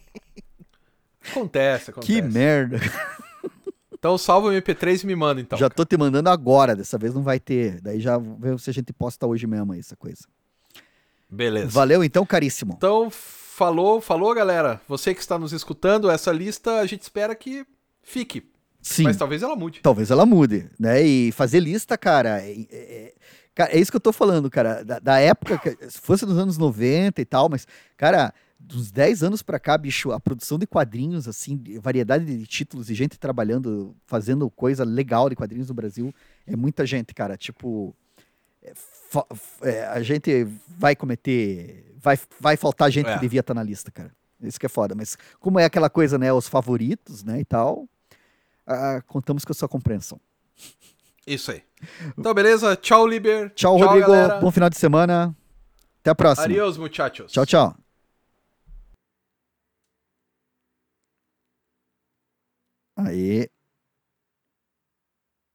A: Acontece, acontece.
B: Que merda.
A: Então salva o MP3 e me manda, então.
B: já tô te mandando agora. Dessa vez não vai ter. Daí já vê se a gente posta hoje mesmo aí essa coisa.
A: Beleza.
B: Valeu então, caríssimo.
A: Então, falou, falou, galera. Você que está nos escutando, essa lista a gente espera que fique.
B: Sim.
A: Mas talvez ela mude.
B: tá- Talvez ela mude, né? E fazer lista, cara. É, é- cara, é isso que eu tô falando, cara. Da, da época, que, se fosse nos anos 90 e tal, mas, cara, dos 10 anos pra cá, bicho, a produção de quadrinhos, assim, de variedade de títulos e gente trabalhando, fazendo coisa legal de quadrinhos no Brasil, é muita gente, cara. Tipo, é fa- é, a gente vai cometer. Vai, vai faltar gente
A: É.
B: que devia estar na lista, cara. Isso que é foda, mas como é aquela coisa, né? Os favoritos, né? E tal. ah, contamos com a sua compreensão.
A: Isso aí. Então, beleza. Tchau, Liber.
B: Tchau, Rodrigo.
A: galera.
B: Bom final de semana. Até a próxima.
A: Adiós, muchachos.
B: Tchau, tchau. Aí.